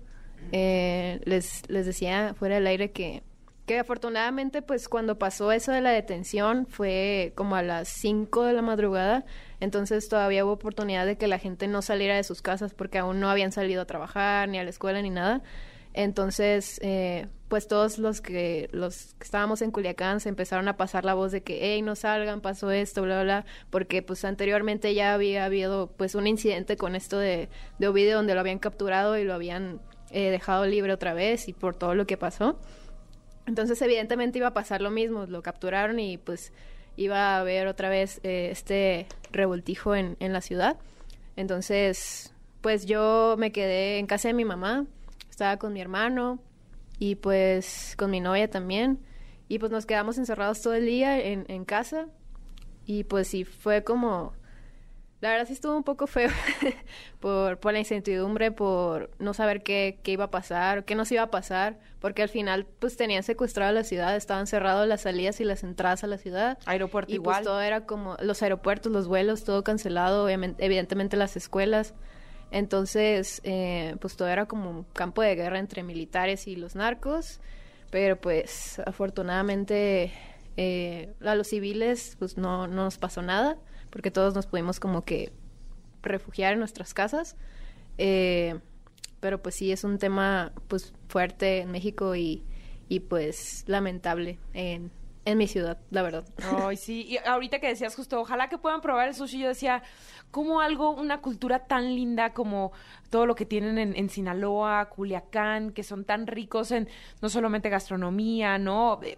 Eh, les, les decía fuera del aire que, que afortunadamente pues cuando pasó eso de la detención fue como a las 5 de la madrugada. Entonces todavía hubo oportunidad de que la gente no saliera de sus casas porque aún no habían salido a trabajar ni a la escuela ni nada. Entonces, eh, pues todos los que los que estábamos en Culiacán se empezaron a pasar la voz de que, hey, no salgan, pasó esto, bla, bla, bla", porque pues anteriormente ya había habido pues un incidente con esto de, de Ovidio donde lo habían capturado y lo habían eh, dejado libre otra vez y por todo lo que pasó. Entonces, evidentemente iba a pasar lo mismo, lo capturaron y pues iba a haber otra vez eh, este revoltijo en, en la ciudad. Entonces, pues yo me quedé en casa de mi mamá, estaba con mi hermano y pues con mi novia también. Y pues nos quedamos encerrados todo el día en, en casa y pues sí fue como... La verdad sí estuvo un poco feo por, por la incertidumbre, por no saber qué, qué iba a pasar, qué nos iba a pasar, porque al final pues tenían secuestrado la ciudad, estaban cerradas las salidas y las entradas a la ciudad.
Aeropuerto
Y
igual.
pues todo era como los aeropuertos, los vuelos, todo cancelado, obviamen- evidentemente las escuelas. Entonces, eh, pues todo era como un campo de guerra entre militares y los narcos. Pero pues afortunadamente eh, a los civiles pues no, no nos pasó nada, porque todos nos pudimos como que refugiar en nuestras casas. Eh, pero pues sí, es un tema pues fuerte en México y, y pues lamentable en, en mi ciudad, la verdad.
Ay, sí. Y ahorita que decías justo, ojalá que puedan probar el sushi. Yo decía, ¿cómo algo, una cultura tan linda como todo lo que tienen en, en Sinaloa, Culiacán, que son tan ricos en no solamente gastronomía, ¿no? Eh,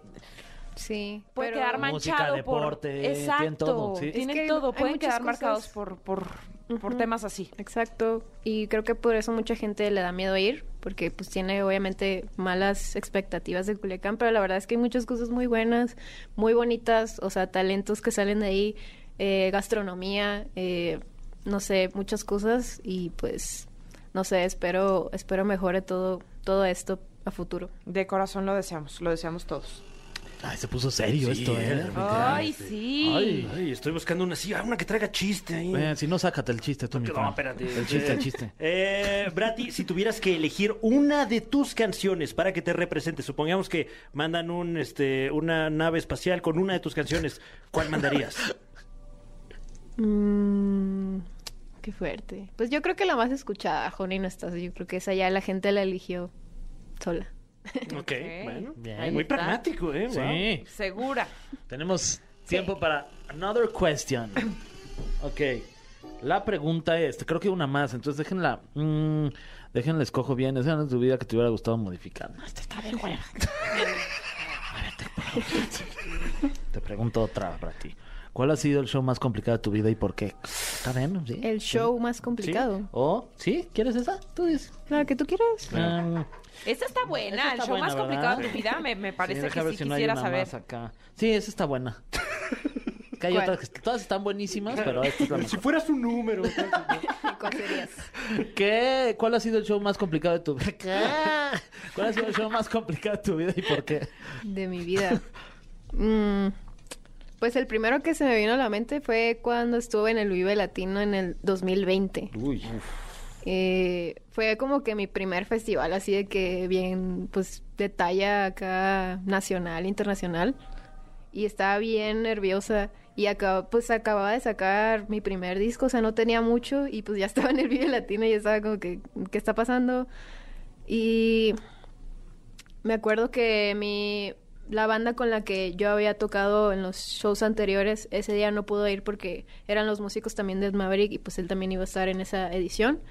Sí,
Puede
pero-
quedar
Música,
manchado
deporte,
por...
tienen
Exacto.
todo, sí.
Tienen
Es que
todo.
hay
Pueden
muchas
quedar
cosas.
marcados por, por, por
Ujú.
temas así.
Exacto, y creo que por eso mucha gente le da miedo ir, porque pues tiene obviamente malas expectativas de Culiacán, pero la verdad es que hay muchas cosas muy buenas, muy bonitas, o sea, talentos que salen de ahí, eh, gastronomía, eh, no sé, muchas cosas y pues no sé, espero espero mejore todo todo esto a futuro.
De corazón lo deseamos, lo deseamos todos.
Ay, se puso serio
Sí,
esto, ¿eh?
eh.
Ay, sí.
Ay.
Ay, estoy buscando una, sí, ah, una que traiga chiste ahí.
Eh, si no, sácate el chiste tú, mi
No,
Fran.
espérate.
El chiste, el chiste.
Eh, Brati, si tuvieras que elegir una de tus canciones para que te represente, supongamos que mandan un, este, una nave espacial con una de tus canciones, ¿cuál mandarías?
Mm, Qué fuerte. Pues yo creo que la más escuchada, Joni no estás. Yo creo que esa ya la gente la eligió sola.
Ok, bueno.
ahí
Muy
está.
pragmático, ¿eh? Wow.
Sí.
Segura.
Tenemos tiempo para another question. Ok. La pregunta es, creo que una más, entonces déjenla, mm, déjenla escojo bien. Esa no es tu vida que te hubiera gustado modificar. Te pregunto otra para ti. ¿Cuál ha sido el show más complicado de tu vida y por qué? ¿Está bien? ¿Sí?
El show más complicado.
¿O? ¿Sí? ¿Quieres esa? Tú dices.
La que tú quieras.
Ah,
Esa está buena.
Esa está
el show
buena,
más
¿verdad?
complicado de tu vida me, me parece
sí, deja
que
ver
sí
si no hay
quisiera
una
saber.
más acá. Sí, esa está buena. Que hay
¿Cuál?
otras que todas están buenísimas, pero esta es la
Si
mejor.
fueras un número.
¿Cuál serías?
¿Qué? ¿Cuál ha sido el show más complicado de tu vida? ¿Cuál ha sido el show más complicado de tu vida y por qué?
De mi vida. Mm, pues el primero que se me vino a la mente fue cuando estuve en el Vive Latino en el 2020.
Uy.
Eh, fue como que mi primer festival así de que bien, pues de talla acá nacional, internacional. Y estaba bien nerviosa. Y acá, pues acababa de sacar mi primer disco, o sea, no tenía mucho. Y pues ya estaba en el Vive Latino y ya estaba como que, ¿qué está pasando? Y me acuerdo que mi la banda con la que yo había tocado en los shows anteriores ese día no pudo ir porque eran los músicos también de Ed Maverick y pues él también iba a estar en esa edición.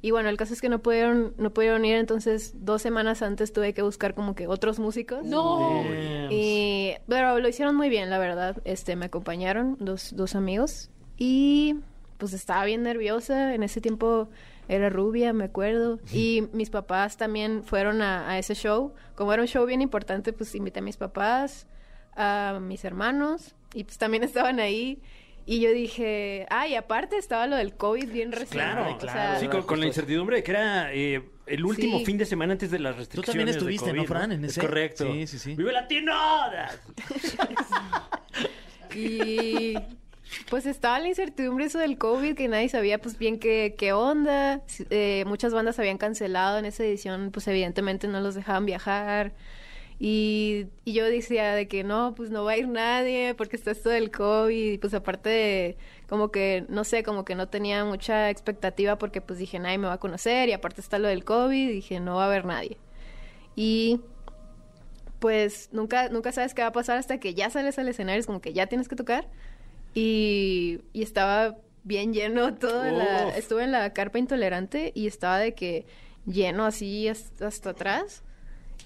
Y bueno, el caso es que no pudieron no pudieron ir, entonces dos semanas antes tuve que buscar como que otros músicos.
No.
Y, pero lo hicieron muy bien, la verdad. Este, me acompañaron dos, dos amigos y pues estaba bien nerviosa. En ese tiempo era rubia, me acuerdo. Y mis papás también fueron a, a ese show. Como era un show bien importante, pues invité a mis papás, a mis hermanos y pues también estaban ahí. Y yo dije, ay, aparte estaba lo del COVID bien reciente.
Claro,
o
claro.
sea,
sí, con, con la incertidumbre de que era eh, el último
Sí.
fin de semana antes de las
Tú
restricciones.
también
de
estuviste,
COVID,
¿no, Fran? En
Es
ese.
correcto.
Sí, sí, sí.
¡Vive Latino! Ah,
Y pues estaba la incertidumbre eso del COVID, que nadie sabía pues bien qué, qué onda. Si- eh, muchas bandas habían cancelado en esa edición, pues evidentemente no los dejaban viajar. Y, y yo decía de que no, pues no va a ir nadie porque está esto del COVID. Y pues aparte, de- como que, no sé, como que no tenía mucha expectativa porque pues dije, nadie me va a conocer. Y aparte está lo del COVID, y dije, no va a haber nadie. Y pues nunca, nunca sabes qué va a pasar hasta que ya sales al escenario, es como que ya tienes que tocar. Y, y estaba bien lleno todo. en la-
Uf.
estuve en la carpa intolerante y estaba de que lleno así hasta, hasta atrás.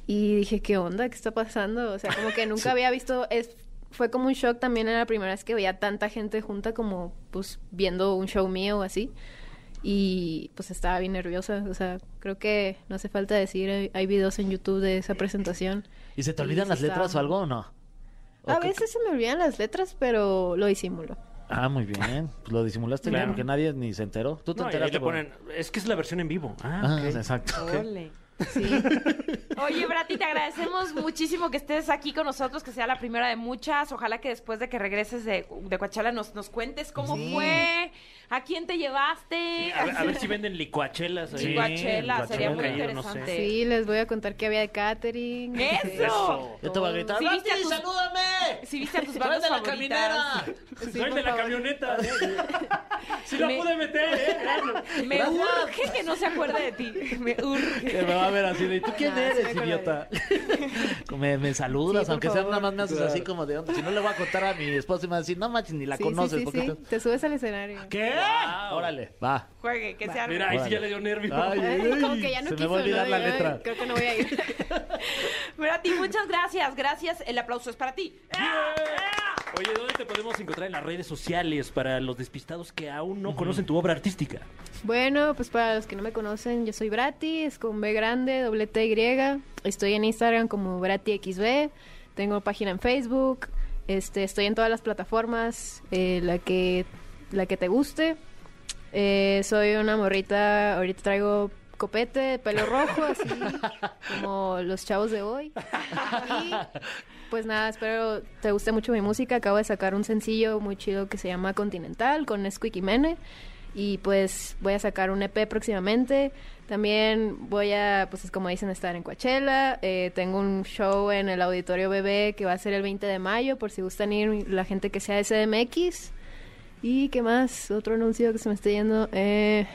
Y dije, ¿qué onda? ¿Qué está pasando? O sea, como que nunca había visto... Es, fue como un shock también, era la primera vez que veía tanta gente junta como pues viendo un show mío o así. Y pues estaba bien nerviosa. O sea, creo que no hace falta decir, hay, hay videos en YouTube de esa presentación.
¿Y se te olvidan
sí
las letras
está.
o algo o no? ¿O
A
qué-
veces se me olvidan las letras, pero lo disimulo.
Ah, muy bien. Pues lo disimulaste bien
Claro.
porque nadie ni se enteró. Tú te
No, y ahí
enteraste.
le
por-
ponen, es que es la versión en vivo. Ah,
Ah,
ok.
exacto.
Ole.
Sí.
Oye, Brati, te agradecemos muchísimo que estés aquí con nosotros, que sea la primera de muchas. Ojalá que después de que regreses de, de Coachella nos, nos cuentes cómo fue, a quién te llevaste.
A, ver, a ver si venden licuachelas. ahí.
Sí,
Coachella, sería muy
Coachella, no sé.
interesante.
sí, les voy a contar que había de catering.
¡Eso!
Yo te voy a gritar.
Sí, viste a
"Brati,
tus-
salúdame!
Si viste a tus
¡Trae
bandas
de la
favoritas.
caminera!
Sí,
Soy
por
de la
favor.
camioneta. ¿eh? sí la
Me-
pude meter, ¿eh?
Me
Gracias.
urge que no se acuerde de ti. Me urge.
Que me va a ver así de, ¿tú quién
Ah, sí me
eres,
acuerdo
idiota? me, me saludas,
Sí, por
aunque sea
favor.
nada más me haces así como de onda. Si no le voy a contar a mi esposa y me va a decir, no manches, ni la
Sí, sí,
conoces.
sí,
porque
sí.
te-
Te subes al escenario.
¿Qué? Órale, va.
Juegue, que sea.
Mira, ahí sí ya le dio nervio.
Ay,
Ay, como que ya no
se
quiso,
me va a olvidar
¿no?
la
Ay,
letra.
Creo que no voy a ir.
Brati, muchas gracias. Gracias. El aplauso es para ti.
Oye, ¿dónde te podemos encontrar en las redes sociales para los despistados que aún no conocen tu obra artística?
Bueno, pues para los que no me conocen, yo soy Brati, es con B grande, doble T Y. Estoy en Instagram como BratiXB, tengo página en Facebook, este, estoy en todas las plataformas, eh, la, que, la que te guste. Eh, soy una morrita, ahorita traigo copete, pelo rojo, así como los chavos de hoy. Y pues nada, espero te guste mucho mi música. Acabo de sacar un sencillo muy chido que se llama Continental con Squeaky Mene. Y pues voy a sacar un EP próximamente. También voy a, pues es como dicen, estar en Coachella. Eh, tengo un show en el Auditorio Bebé que va a ser el 20 de mayo, por si gustan ir la gente que sea de CDMX. ¿Y qué más? Otro anuncio que se me está yendo. Eh,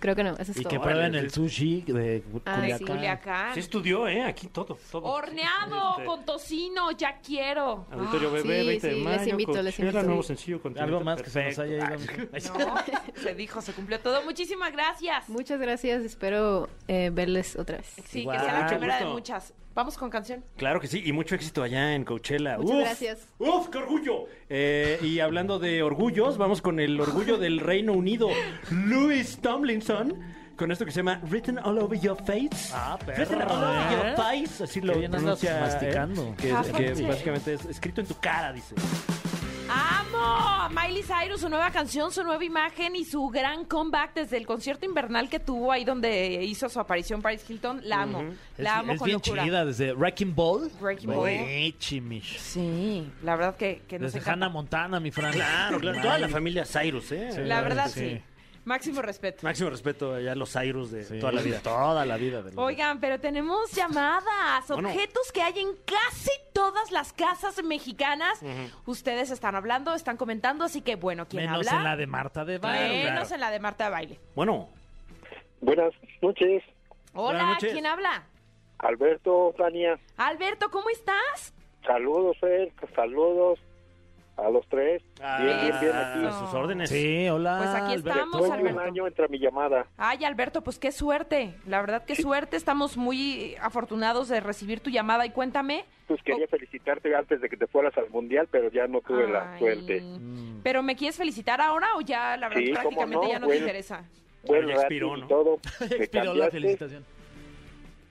creo que no, eso
Y
es todo.
que
Órale,
prueben el
sí.
sushi de
Ay,
Culiacán.
sí. Ah,
Culiacán.
Se estudió, ¿eh? Aquí todo. todo.
Horneado
Este,
con tocino, ya quiero.
Auditorio
Ah,
Bebé,
sí,
20 de
sí, les
mayo.
invito, les
Coachella,
invito.
nuevo sencillo.
Algo
Continente
más que se nos haya
Perfecto.
ido.
Ah, No, se dijo, se cumplió todo. Muchísimas gracias.
Muchas gracias, espero eh, verles otra vez.
sí,
Igual,
que sea
Ah,
la
mucho
primera de
gusto.
muchas. Vamos con canción.
Claro que sí, y mucho éxito allá en Coachella.
Muchas
¡Uf!
gracias.
¡Uf, qué orgullo! Eh, y hablando de orgullos, vamos con el orgullo del Reino Unido, Louis Tomlinson, con esto que se llama Written All Over Your Face.
Ah,
Written All Over
perro.
Your Face, así lo
Qué bien andas
pronuncia,
masticando.
¿eh? Que, que
Cálmate.
básicamente es escrito en tu cara, dice.
¡Amo! Miley Cyrus, su nueva canción, su nueva imagen y su gran comeback desde el concierto invernal que tuvo ahí donde hizo su aparición Paris Hilton. La amo. La amo
es
con
bien
locura.
chida, desde Wrecking Ball.
Wrecking Ball.
Güey, chimish.
Sí, la verdad que, que nos
Desde
encanta.
Hannah Montana, mi Fran.
Claro, claro. Toda la familia Cyrus, ¿eh?
La verdad, sí. Máximo respeto.
Máximo respeto allá a los Cyrus de
Sí.
toda la vida.
Toda la vida. del-
Oigan, pero tenemos llamadas,
Bueno.
objetos que hay en casi todas las casas mexicanas. Ustedes están hablando, están comentando, así que bueno, ¿quién
Menos
habla?
en la de Marta de Baile.
Menos en la de Marta de Baile.
Bueno,
Buenas noches,
Buenas
Hola,
noches.
¿quién habla?
Alberto, Tania.
Alberto, ¿cómo estás?
Saludos, Fer. Saludos a los tres. bien, bien, bien aquí.
a sus órdenes.
Sí, hola.
Pues aquí
Alberto.
estamos,
Todo un
Ah. Alberto.
año entra mi llamada.
Ay, Alberto, pues qué suerte. La verdad, qué suerte. Estamos muy afortunados de recibir tu llamada y cuéntame.
Pues
Oh.
quería felicitarte antes de que te fueras al mundial, pero ya no tuve la
Ay,
suerte.
Mm.
Pero ¿me quieres felicitar ahora o ya la verdad
Sí, cómo
prácticamente
no,
ya no
bueno.
te interesa?
Bueno,
ya
gracias
expiró,
y
¿no?
todo. Me
Expiró la
cambiaste.
felicitación.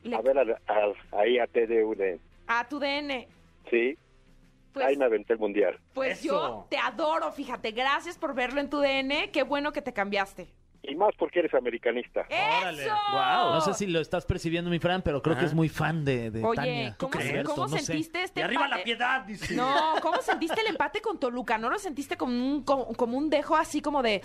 Le-
A ver, al- al- ahí a TDUD.
a tu DN.
Sí, ahí
Pues,
me aventé el mundial.
pues
Eso.
yo te adoro, fíjate. Gracias por verlo en tu DN. Qué bueno que te cambiaste.
Y más porque eres americanista.
Eh.
Órale.
¡Eso!
Guau.
No sé si lo estás percibiendo, mi Fran, pero creo
Ajá.
que es muy fan de, de
Oye,
Tania.
¿cómo,
¿Tú crees?
cómo
No sé.
sentiste este
De arriba la
empate?
piedad, dice.
No, ¿cómo sentiste el empate con Toluca? ¿No lo sentiste como un, como, como un dejo así como de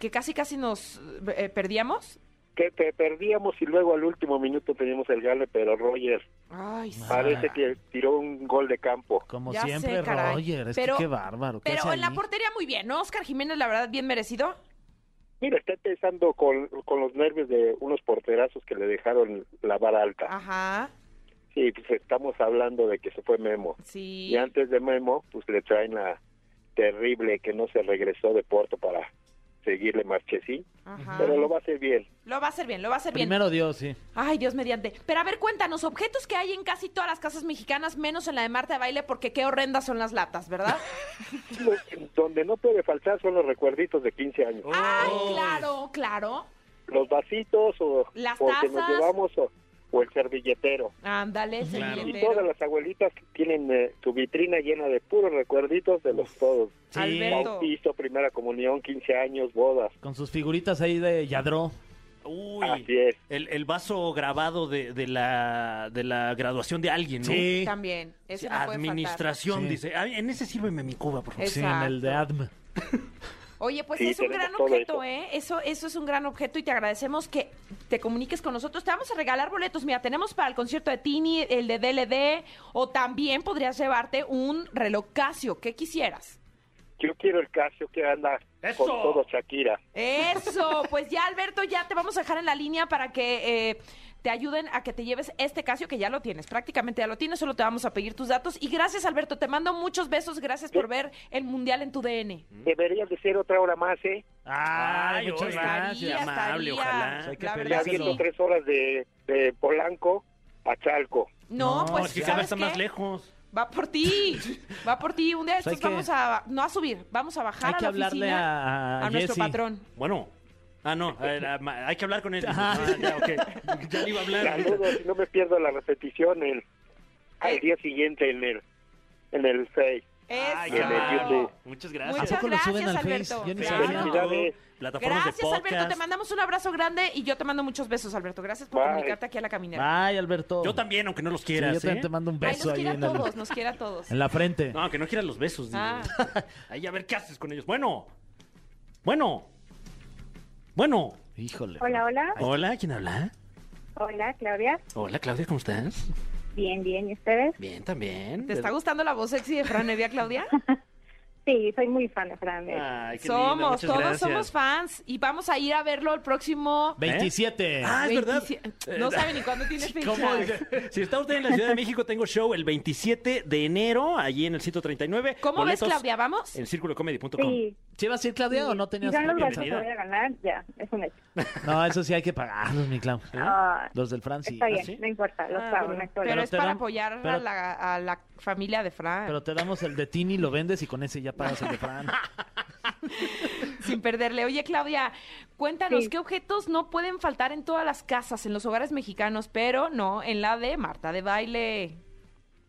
que casi casi nos eh, perdíamos?
Que te perdíamos y luego al último minuto teníamos el gane, pero Roger
Ay, sí.
parece que tiró un gol de campo.
Como
Ya sé,
siempre,
caray.
Roger. Es
Pero-
que qué bárbaro. ¿qué
Pero
hace
en la
ahí?
portería muy bien, ¿no? Oscar Jiménez, la verdad, bien merecido.
Mira, está empezando con, con los nervios de unos porterazos que le dejaron la vara alta.
Ah. Ajá,
Sí, pues estamos hablando de que se fue Memo.
sí.
Y antes de Memo, pues le traen la terrible que no se regresó de Porto para seguirle Marchesín.
Ajá.
Pero lo va a hacer bien.
Lo va a hacer bien, lo va a hacer bien.
Primero Dios, sí.
Ay, Dios mediante. Pero a ver, cuéntanos, objetos que hay en casi todas las casas mexicanas, menos en la de Marta de Baile, porque qué horrendas son las latas, ¿verdad?
Lo- donde no puede faltar son los recuerditos de 15 años.
Ay, claro, claro.
Los vasitos o
Las
o que
tazas.
nos llevamos o, o el servilletero.
Ándale,
Claro.
Y
servilletero.
todas las abuelitas que tienen eh, su vitrina llena de puros recuerditos de los todos.
Sí.
Alberto.
Bautizo, primera comunión, 15 años, bodas.
Con sus figuritas ahí de Yadró.
Uy.
Así es.
El, el vaso grabado de, de la, de la graduación de alguien, ¿no?
También. Ese no puede faltar.
Administración,
Sí.
dice. "Ay, en ese sírveme mi cuba, por favor.
Sí, en el de
Exacto.
Adm.
Oye, pues
Sí,
es un
tenemos
gran
todo
objeto,
eso.
¿eh? Eso, eso es un gran objeto y te agradecemos que te comuniques con nosotros. Te vamos a regalar boletos. Mira, tenemos para el concierto de Tini, el de DLD, o también podrías llevarte un reloj Casio, que quisieras.
Yo quiero el Casio que anda
¡Eso!
con todo Shakira.
Eso, pues ya Alberto, ya te vamos a dejar en la línea para que eh, te ayuden a que te lleves este Casio que ya lo tienes, prácticamente ya lo tienes, solo te vamos a pedir tus datos. Y gracias Alberto, te mando muchos besos, gracias por ver el Mundial en tu DN.
Deberías de ser otra hora más, ¿eh?
Ay,
Ay,
muchas
oye,
gracias.
Estaría,
amable,
estaría.
ojalá.
Hay que
La
Ya
verdad,
peleárselo.
viendo
sí.
tres horas de, de Polanco a Chalco.
No,
No,
pues
es que cada
¿sabes
vez está
qué?
más lejos.
Va por ti, va por ti. Un día de
Pues hay
estos
que-
vamos a, no a subir, vamos a bajar
Hay
a
que
la
hablarle
oficina,
a, a
nuestro
Jesse.
patrón.
Bueno. Ah, no. a ver, a- ma- hay que hablar con él. Ah, ya, ok. Ya le iba a hablar.
Saludos, no me pierdo la repetición el, al día siguiente en el, en el 6.
Ay,
Eso.
en el YouTube.
Muchas
¿A
Muchas
gracias.
poco lo suben
gracias,
al Face?
Alberto.
Yo ni
Claro.
sabía.
Felicidades.
Plataformas de
Gracias,
podcast.
Alberto. Te mandamos un abrazo grande y yo te mando muchos besos, Alberto. Gracias por
Bye.
comunicarte aquí a la caminera.
Ay, Alberto.
Yo también, aunque no los
Sí,
quieras,
yo también
¿eh?
te mando un
Ay,
beso
nos
ahí
quiere a
en, el-
todos, nos quiere a todos.
en la frente.
No, que no quieran los besos. digo.
Ah.
Ahí a ver qué haces con ellos. Bueno. Bueno. Bueno.
Híjole.
Hola, hola.
Hola, ¿quién habla?
Hola, Claudia.
Hola, Claudia, ¿cómo estás?
Bien, bien. ¿Y ustedes?
Bien, también.
¿Te está gustando la voz sexy de Fran Evia, Claudia?
Sí, Sí, soy muy fan de Fran.
Ah,
eh.
Ay, qué linda,
Somos,
muchas
todos
gracias.
somos fans y vamos a ir a verlo el próximo.
¿Eh?
27.
Ah, es verdad.
27. No sabe ni cuándo tiene fecha.
¿Cómo dice? Si está usted en la Ciudad de México, tengo show el 27 de enero, allí en el 139.
¿Cómo
Boletos
ves, Claudia? ¿Vamos?
En circulocomedy.com.
Sí,
¿Sí vas a ir, Claudia, o no
si
tenías ¿Eh?
son los gastos que voy
bienvenida.
a ganar, ya, es un hecho.
No, eso sí hay que pagarlos, mi Clau.
Ah,
Los del Fran sí.
está bien,
¿Ah, sí?
no importa, los
Ah,
pago,
bueno.
no hay problema.
Pero es
te
para
dan-
apoyar a,
pero-
la, a la familia de Fran,
Pero te damos el de Tini, lo vendes y con ese ya pagas el de Fran.
Ah,
sin perderle. Oye, Claudia, cuéntanos,
Sí.
¿qué objetos no pueden faltar en todas las casas, en los hogares mexicanos, pero no en la de Marta de Baile?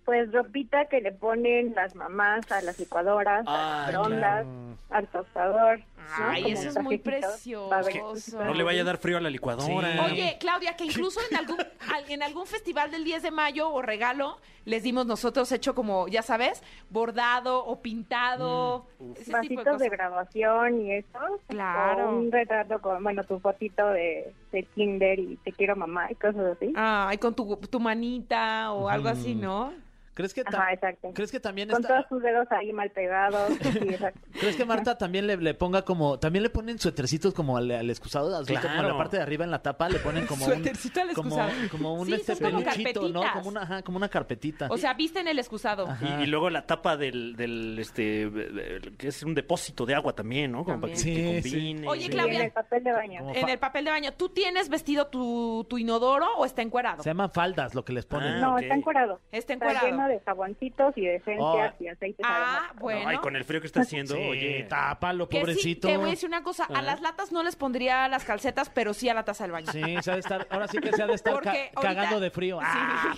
Pues ropita que le ponen las mamás a las licuadoras, a las microondas, al tostador. ¿no?
Ay,
Como
eso es muy
trajecitos para ver-
precioso.
No le vaya a dar frío a la licuadora.
Oye, Claudia, que incluso en algún, al- en algún festival del 10 de mayo o regalo, les dimos nosotros hecho como, ya sabes, bordado o pintado,
Mm.
ese tipo de
Vasitos de
cosas.
graduación y eso.
Claro.
O un retrato con, bueno, tu fotito de, de Kinder y te quiero mamá y cosas así.
Ah,
Ay, con tu, tu manita o algo
Mm.
así, ¿no?
¿Crees que, ta-
Ajá, exacto.
¿crees que también
Con
está-
todos tus dedos ahí mal pegados. sí, exacto.
¿Crees que Marta también le, le ponga como... También le ponen suetercitos como al, al excusado? ¿Has visto? Como
Claro.
la parte de arriba en la tapa le ponen como un...
Suétercito al
como,
excusado.
como un
Sí,
este
son como
peluchito, ¿no?
carpetitas.
Como una, ajá, como una carpetita.
O sea, viste en el excusado.
Y, y luego la tapa del, del este, el- que es un depósito de agua también, ¿no? Como para que,
También.
que
Sí, sí.
combine.
Oye,
Sí.
Y en
Claudia.
el papel de baño.
Como
En
fa-
el papel de baño, ¿tú tienes vestido tu, tu inodoro o está encuerado?
Se llaman faldas lo que les ponen.
Ah,
no,
ok.
está encorado.
Está encuerado.
Está lleno de jaboncitos y de esencias
Oh.
y aceites.
Ah,
aromáticos.
bueno.
Ay, con el frío que está haciendo,
Sí,
oye.
tápalo,
Que sí,
pobrecito. Ah.
te voy a decir una cosa, a las latas no les pondría las calcetas, pero sí a la taza del baño.
Sí, se ha de estar, ahora sí que se ha de estar
Porque
ca-
ahorita-
cagando de frío.
Sí.
¡Ah!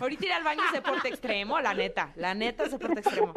Ahorita ir al baño es deporte extremo, la neta. La neta es deporte extremo.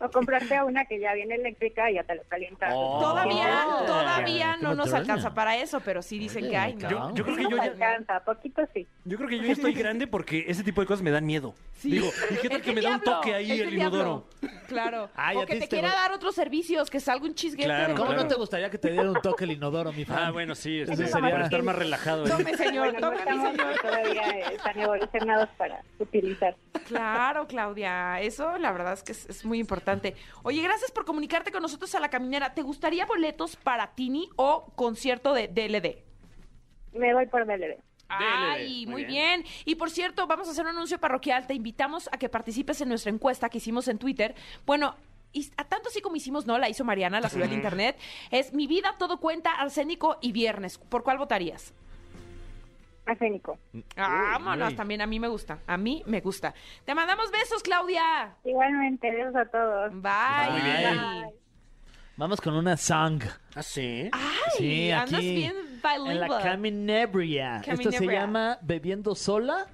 O comprarte a una que ya viene eléctrica y ya te lo calienta.
Oh.
todavía,
qué
todavía no nos
Qué moderna.
alcanza para eso, pero sí dicen que hay, ¿no?
Yo-
yo creo que
No
yo
te
ya-
alcanza, poquito sí.
Yo creo que yo ya estoy grande porque ese tipo de cosas me dan miedo.
Sí.
Digo, ¿y qué tal
Es del
que me da un
diablo,
toque
es
ahí el
del diablo.
inodoro?
Claro.
Ay,
o
a
que
ti
te
te
quiera
va-
dar otros servicios, que salga un chisguete.
Claro,
de-
¿Cómo
claro.
no te gustaría que te diera un toque el inodoro, mi Fran?
Ah, bueno, sí.
Eso
este,
sería-
Para estar más relajado. ¿eh?
Tome, señor,
bueno, no
tome, mi
estamos
señor.
todavía eh, tan evolucionados para utilizar.
Claro, Claudia, eso la verdad es que es, es muy importante. Oye, gracias por comunicarte con nosotros a la caminera. ¿Te gustaría boletos para Tini o concierto de DLD?
Me voy por DVD.
Ay, muy,
muy
bien. Y por cierto, vamos a hacer un anuncio parroquial. Te invitamos a que participes en nuestra encuesta que hicimos en Twitter. Bueno, y a tanto así como hicimos, no, la hizo Mariana, la subió al internet. Es Mi vida, todo cuenta, arsénico y viernes. ¿Por cuál votarías?
Arsénico.
Vámonos, también a mí me gusta. A mí me gusta. Te mandamos besos, Claudia.
Igualmente, besos a todos.
Bye.
Muy bien. Vamos con una song.
Ah, sí.
Ay,
Sí, aquí.
andas bien bilingüe.
En la Caminebria. Esto se
Caminebria.
llama Bebiendo Sola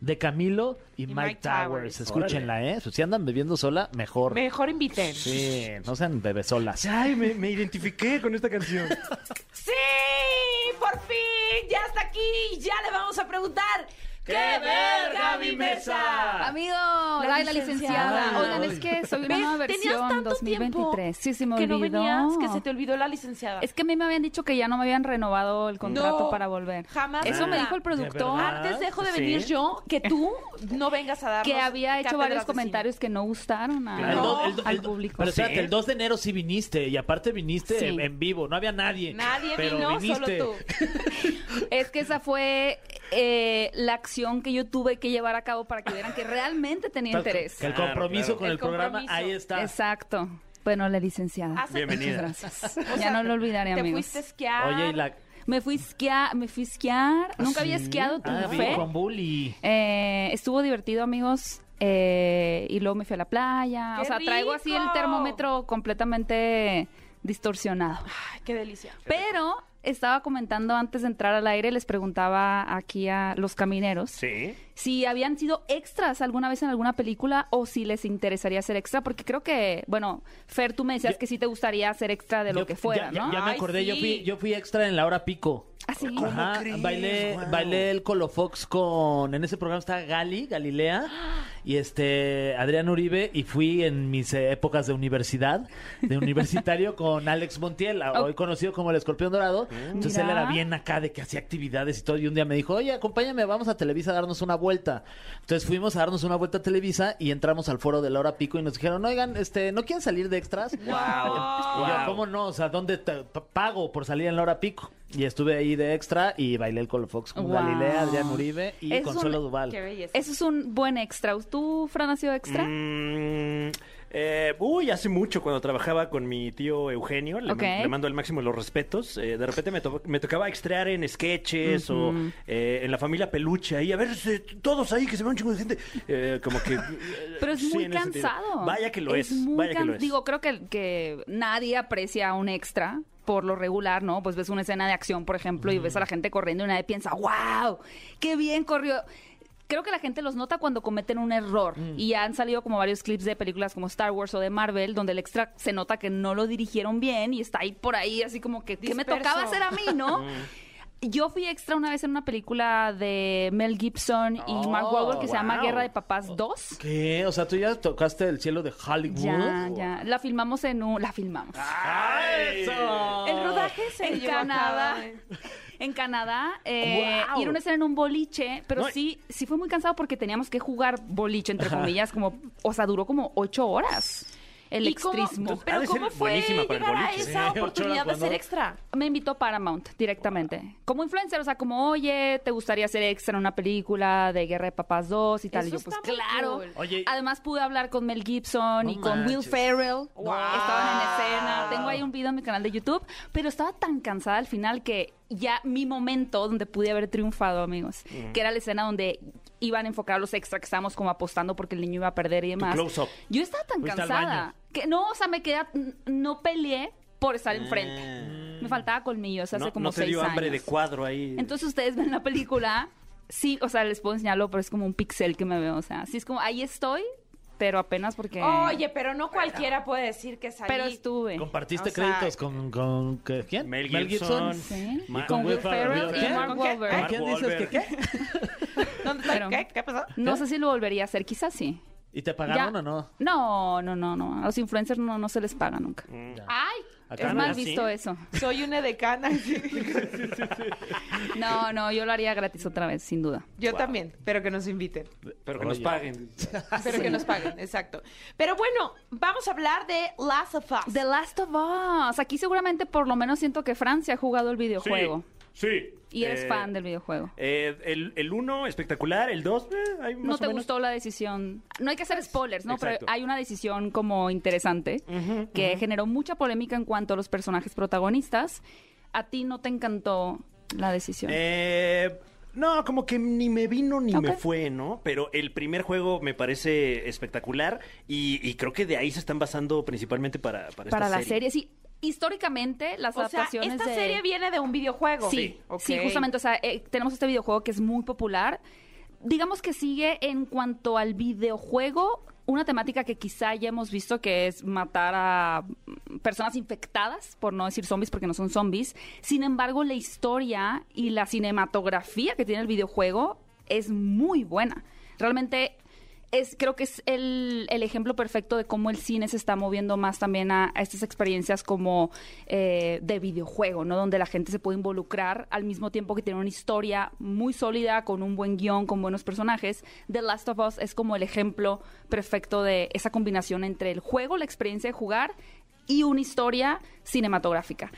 de Camilo y, Mike, Towers. Escúchenla, ¿eh? Si andan bebiendo sola, mejor.
Mejor inviten.
Sí, no sean bebesolas.
Ay, me, me identifiqué con esta canción.
¡Sí! ¡Por fin! ¡Ya está aquí! ¡Ya le vamos a preguntar! ¡Qué verga mi mesa!
Amigo, ay, la licenciada.
licenciada.
Oigan, es que soy una
Ve,
nueva
tenías
versión
tanto
2023.
tiempo
Sí, se me
que
olvidó.
no venías, que se te olvidó la licenciada.
Es que a mí me habían dicho que ya no me habían renovado el contrato para volver.
Jamás.
Eso me
nunca.
dijo el productor.
Antes dejo de
Sí.
venir yo que tú no vengas a dar
Que había hecho varios comentarios que no gustaron
Ah,
a-
El do- el do-
al
el do-
público.
Pero espérate,
Sí.
el 2 de enero sí viniste y aparte viniste
Sí.
en, en vivo, no había nadie.
Nadie
pero
vino,
viniste.
solo tú.
Es que esa fue eh, la acción que yo tuve que llevar a cabo para que vieran que realmente tenía interés.
Que el
Claro,
compromiso
claro.
con el,
El
programa,
compromiso.
ahí está.
Exacto. Bueno, la licenciada.
Hace-
Bienvenida.
Muchas gracias.
Ah, O
ya
sea,
no lo olvidaré,
Te
amigos.
fuiste a esquiar.
Oye, y la...
Me fui a esquiar, me fui a esquiar. Nunca había esquiado,
Ah,
triunfé.
vi con Bully.
Eh, estuvo divertido, amigos. Eh, y luego me fui a la playa.
¡Qué
o sea, traigo así el
rico!
termómetro completamente distorsionado.
Ay, qué delicia.
Pero estaba comentando antes de entrar al aire, les preguntaba aquí a los camineros
Sí.
si habían sido extras alguna vez en alguna película o si les interesaría ser extra, porque creo que, bueno, Fer, tú me decías que sí te gustaría ser extra de lo
Yo-
que fuera,
ya, ya-
¿no? Ah,
ya me
Ay,
acordé, yo,
sí.
fui, yo fui extra en la hora pico.
Así.
Ajá,
crees?
bailé,
Wow.
bailé el Colofox con. En ese programa está Gali, Galilea, y este Adrián Uribe, y fui en mis eh, épocas de universidad, de universitario, con Alex Montiel, a-
Oh.
hoy conocido como el Escorpión Dorado.
Mm.
Entonces él
Mira.
era bien acá de que hacía actividades y todo, y un día me dijo, oye, acompáñame, vamos a Televisa a darnos una vuelta. Entonces fuimos a darnos una vuelta a Televisa y entramos al foro de la hora pico y nos dijeron, oigan, este, ¿no quieren salir de extras? Y yo,
Wow.
¿cómo no? O sea, ¿dónde te- p- pago por salir en la hora pico? Y estuve ahí de extra y bailé el Colofox con
Wow.
Galilea, Adrián Uribe y
Es un-
Consuelo Duval.
Qué belleza.
Eso es un buen extra. ¿Tú, Fran, has sido extra?
Mm, eh, uy, hace mucho cuando trabajaba con mi tío Eugenio, le,
Ok.
man- le mando al máximo los respetos. eh, de repente me, to- me tocaba extraer en sketches o eh, en la familia Peluche ahí, a ver, se- todos ahí que se ve un chingo de gente. eh, como que. eh,
Pero es
sí,
muy
en ese sentido.
cansado.
Vaya que lo es.
muy
vaya que
can-
lo es.
Digo, creo que, que nadie aprecia un extra por lo regular, ¿no? Pues ves una escena de acción, por ejemplo, y ves a la gente corriendo y nadie piensa, wow, qué bien corrió. Creo que la gente los nota cuando cometen un error
Mm.
y han salido como varios clips de películas como Star Wars o de Marvel donde el extra se nota que no lo dirigieron bien y está ahí por ahí así como que ¿qué me
Disperso.
tocaba hacer a mí, no? Yo fui extra una vez en una película de Mel Gibson y Mark Wahlberg que se llama
wow.
Guerra de Papás 2.
¿Qué? O sea, tú ya tocaste el cielo de Hollywood.
Ya, ya. La filmamos en un... La filmamos.
¡Eso!
El rodaje se
en
llevó a
Canadá.
cabo, eh.
En Canadá. eh,
¡Guau!
Y era una escena en un boliche, pero
No, y-
sí sí fue muy cansado porque teníamos que jugar boliche, entre comillas, como... O sea, duró como ocho horas el
¿Y cómo-
extrismo.
pero
de ser
¿cómo fue
buenísima para el
llegar a
boliche.
esa
¿eh?
Sí, ocho
oportunidad de
horas
ser
cuando-
extra?
Me invitó Paramount directamente. Como influencer, o sea, como, oye, ¿te gustaría ser extra en una película de Guerra de Papás 2 y tal?
Eso
y yo, pues,
está muy
claro.
cool.
Oye,
Además, pude hablar con Mel Gibson y
No
con Will
manches.
Ferrell.
Wow.
Estaban en escena. Tengo ahí un video en mi canal de YouTube. Pero estaba tan cansada al final que ya mi momento donde pude haber triunfado, amigos, que era la escena donde iban a enfocar a los extra que estábamos como apostando porque el niño iba a perder y demás.
close-up.
Yo estaba tan
Fuiste al
cansada
baño.
que no, o sea, me quedé, no peleé por estar enfrente. Me faltaba colmillos hace
Ah. No,
como
no te
seis
dio hambre de
años.
cuadro ahí.
Entonces ustedes ven la película, sí, o sea, les puedo enseñarlo, pero es como un pixel que me veo, o sea, sí es como ahí estoy, pero apenas porque
Oye, pero no cualquiera puede decir que es ahí.
pero estuve.
compartiste
o sea-
créditos con, con ¿qué? quién?
Mel Gibson.
Sí.
Ma-
Y
Con
con
Will
Will Ferrell.
Ferrell y
¿Qué?
Mark
¿Con qué?
¿Con
Wahlberg.
quién dices que
Wahlberg.
qué?
¿Dónde está?
Pero-
¿Qué? ¿Qué pasó?
No sé si lo volvería a hacer, quizás sí.
¿Y te
Ya.
pagaron o no?
No, no, no, no. A los influencers no, no se les paga nunca.
¡Ay!
Acá
Es
no,
mal
¿ah, sí?
visto eso.
Soy una decana.
No, no, yo lo haría gratis otra vez, sin duda.
Yo también, pero que nos inviten.
Pero que nos paguen.
Pero que nos paguen, exacto. Pero bueno, vamos a hablar de Last of Us.
The Last of Us. Aquí seguramente por lo menos siento que Francia ha jugado el videojuego.
Sí.
Y eres
Eh,
fan del videojuego.
Eh, el, el uno, espectacular. El dos, eh, hay más
no
o
te
menos.
gustó la decisión. No hay que hacer spoilers, ¿no?
Exacto.
Pero hay una decisión como interesante que generó mucha polémica en cuanto a los personajes protagonistas. A ti no te encantó la decisión.
Eh, no, como que ni me vino ni me
Ok.
fue, ¿no? Pero el primer juego me parece espectacular y, y creo que de ahí se están basando principalmente para, para,
para
esta
la serie. sí. Históricamente las
o sea,
adaptaciones
esta
de-
serie viene de un videojuego.
Sí,
Ok.
sí, justamente. O sea, eh, tenemos este videojuego que es muy popular. Digamos que sigue en cuanto al videojuego una temática que quizá ya hemos visto que es matar a mm, personas infectadas, por no decir zombies porque no son zombies. Sin embargo, la historia y la cinematografía que tiene el videojuego es muy buena. Realmente es, creo que es el, el ejemplo perfecto de cómo el cine se está moviendo más también a, a estas experiencias como eh, de videojuego, ¿no? Donde la gente se puede involucrar al mismo tiempo que tiene una historia muy sólida, con un buen guión, con buenos personajes. The Last of Us es como el ejemplo perfecto de esa combinación entre el juego, la experiencia de jugar y una historia cinematográfica.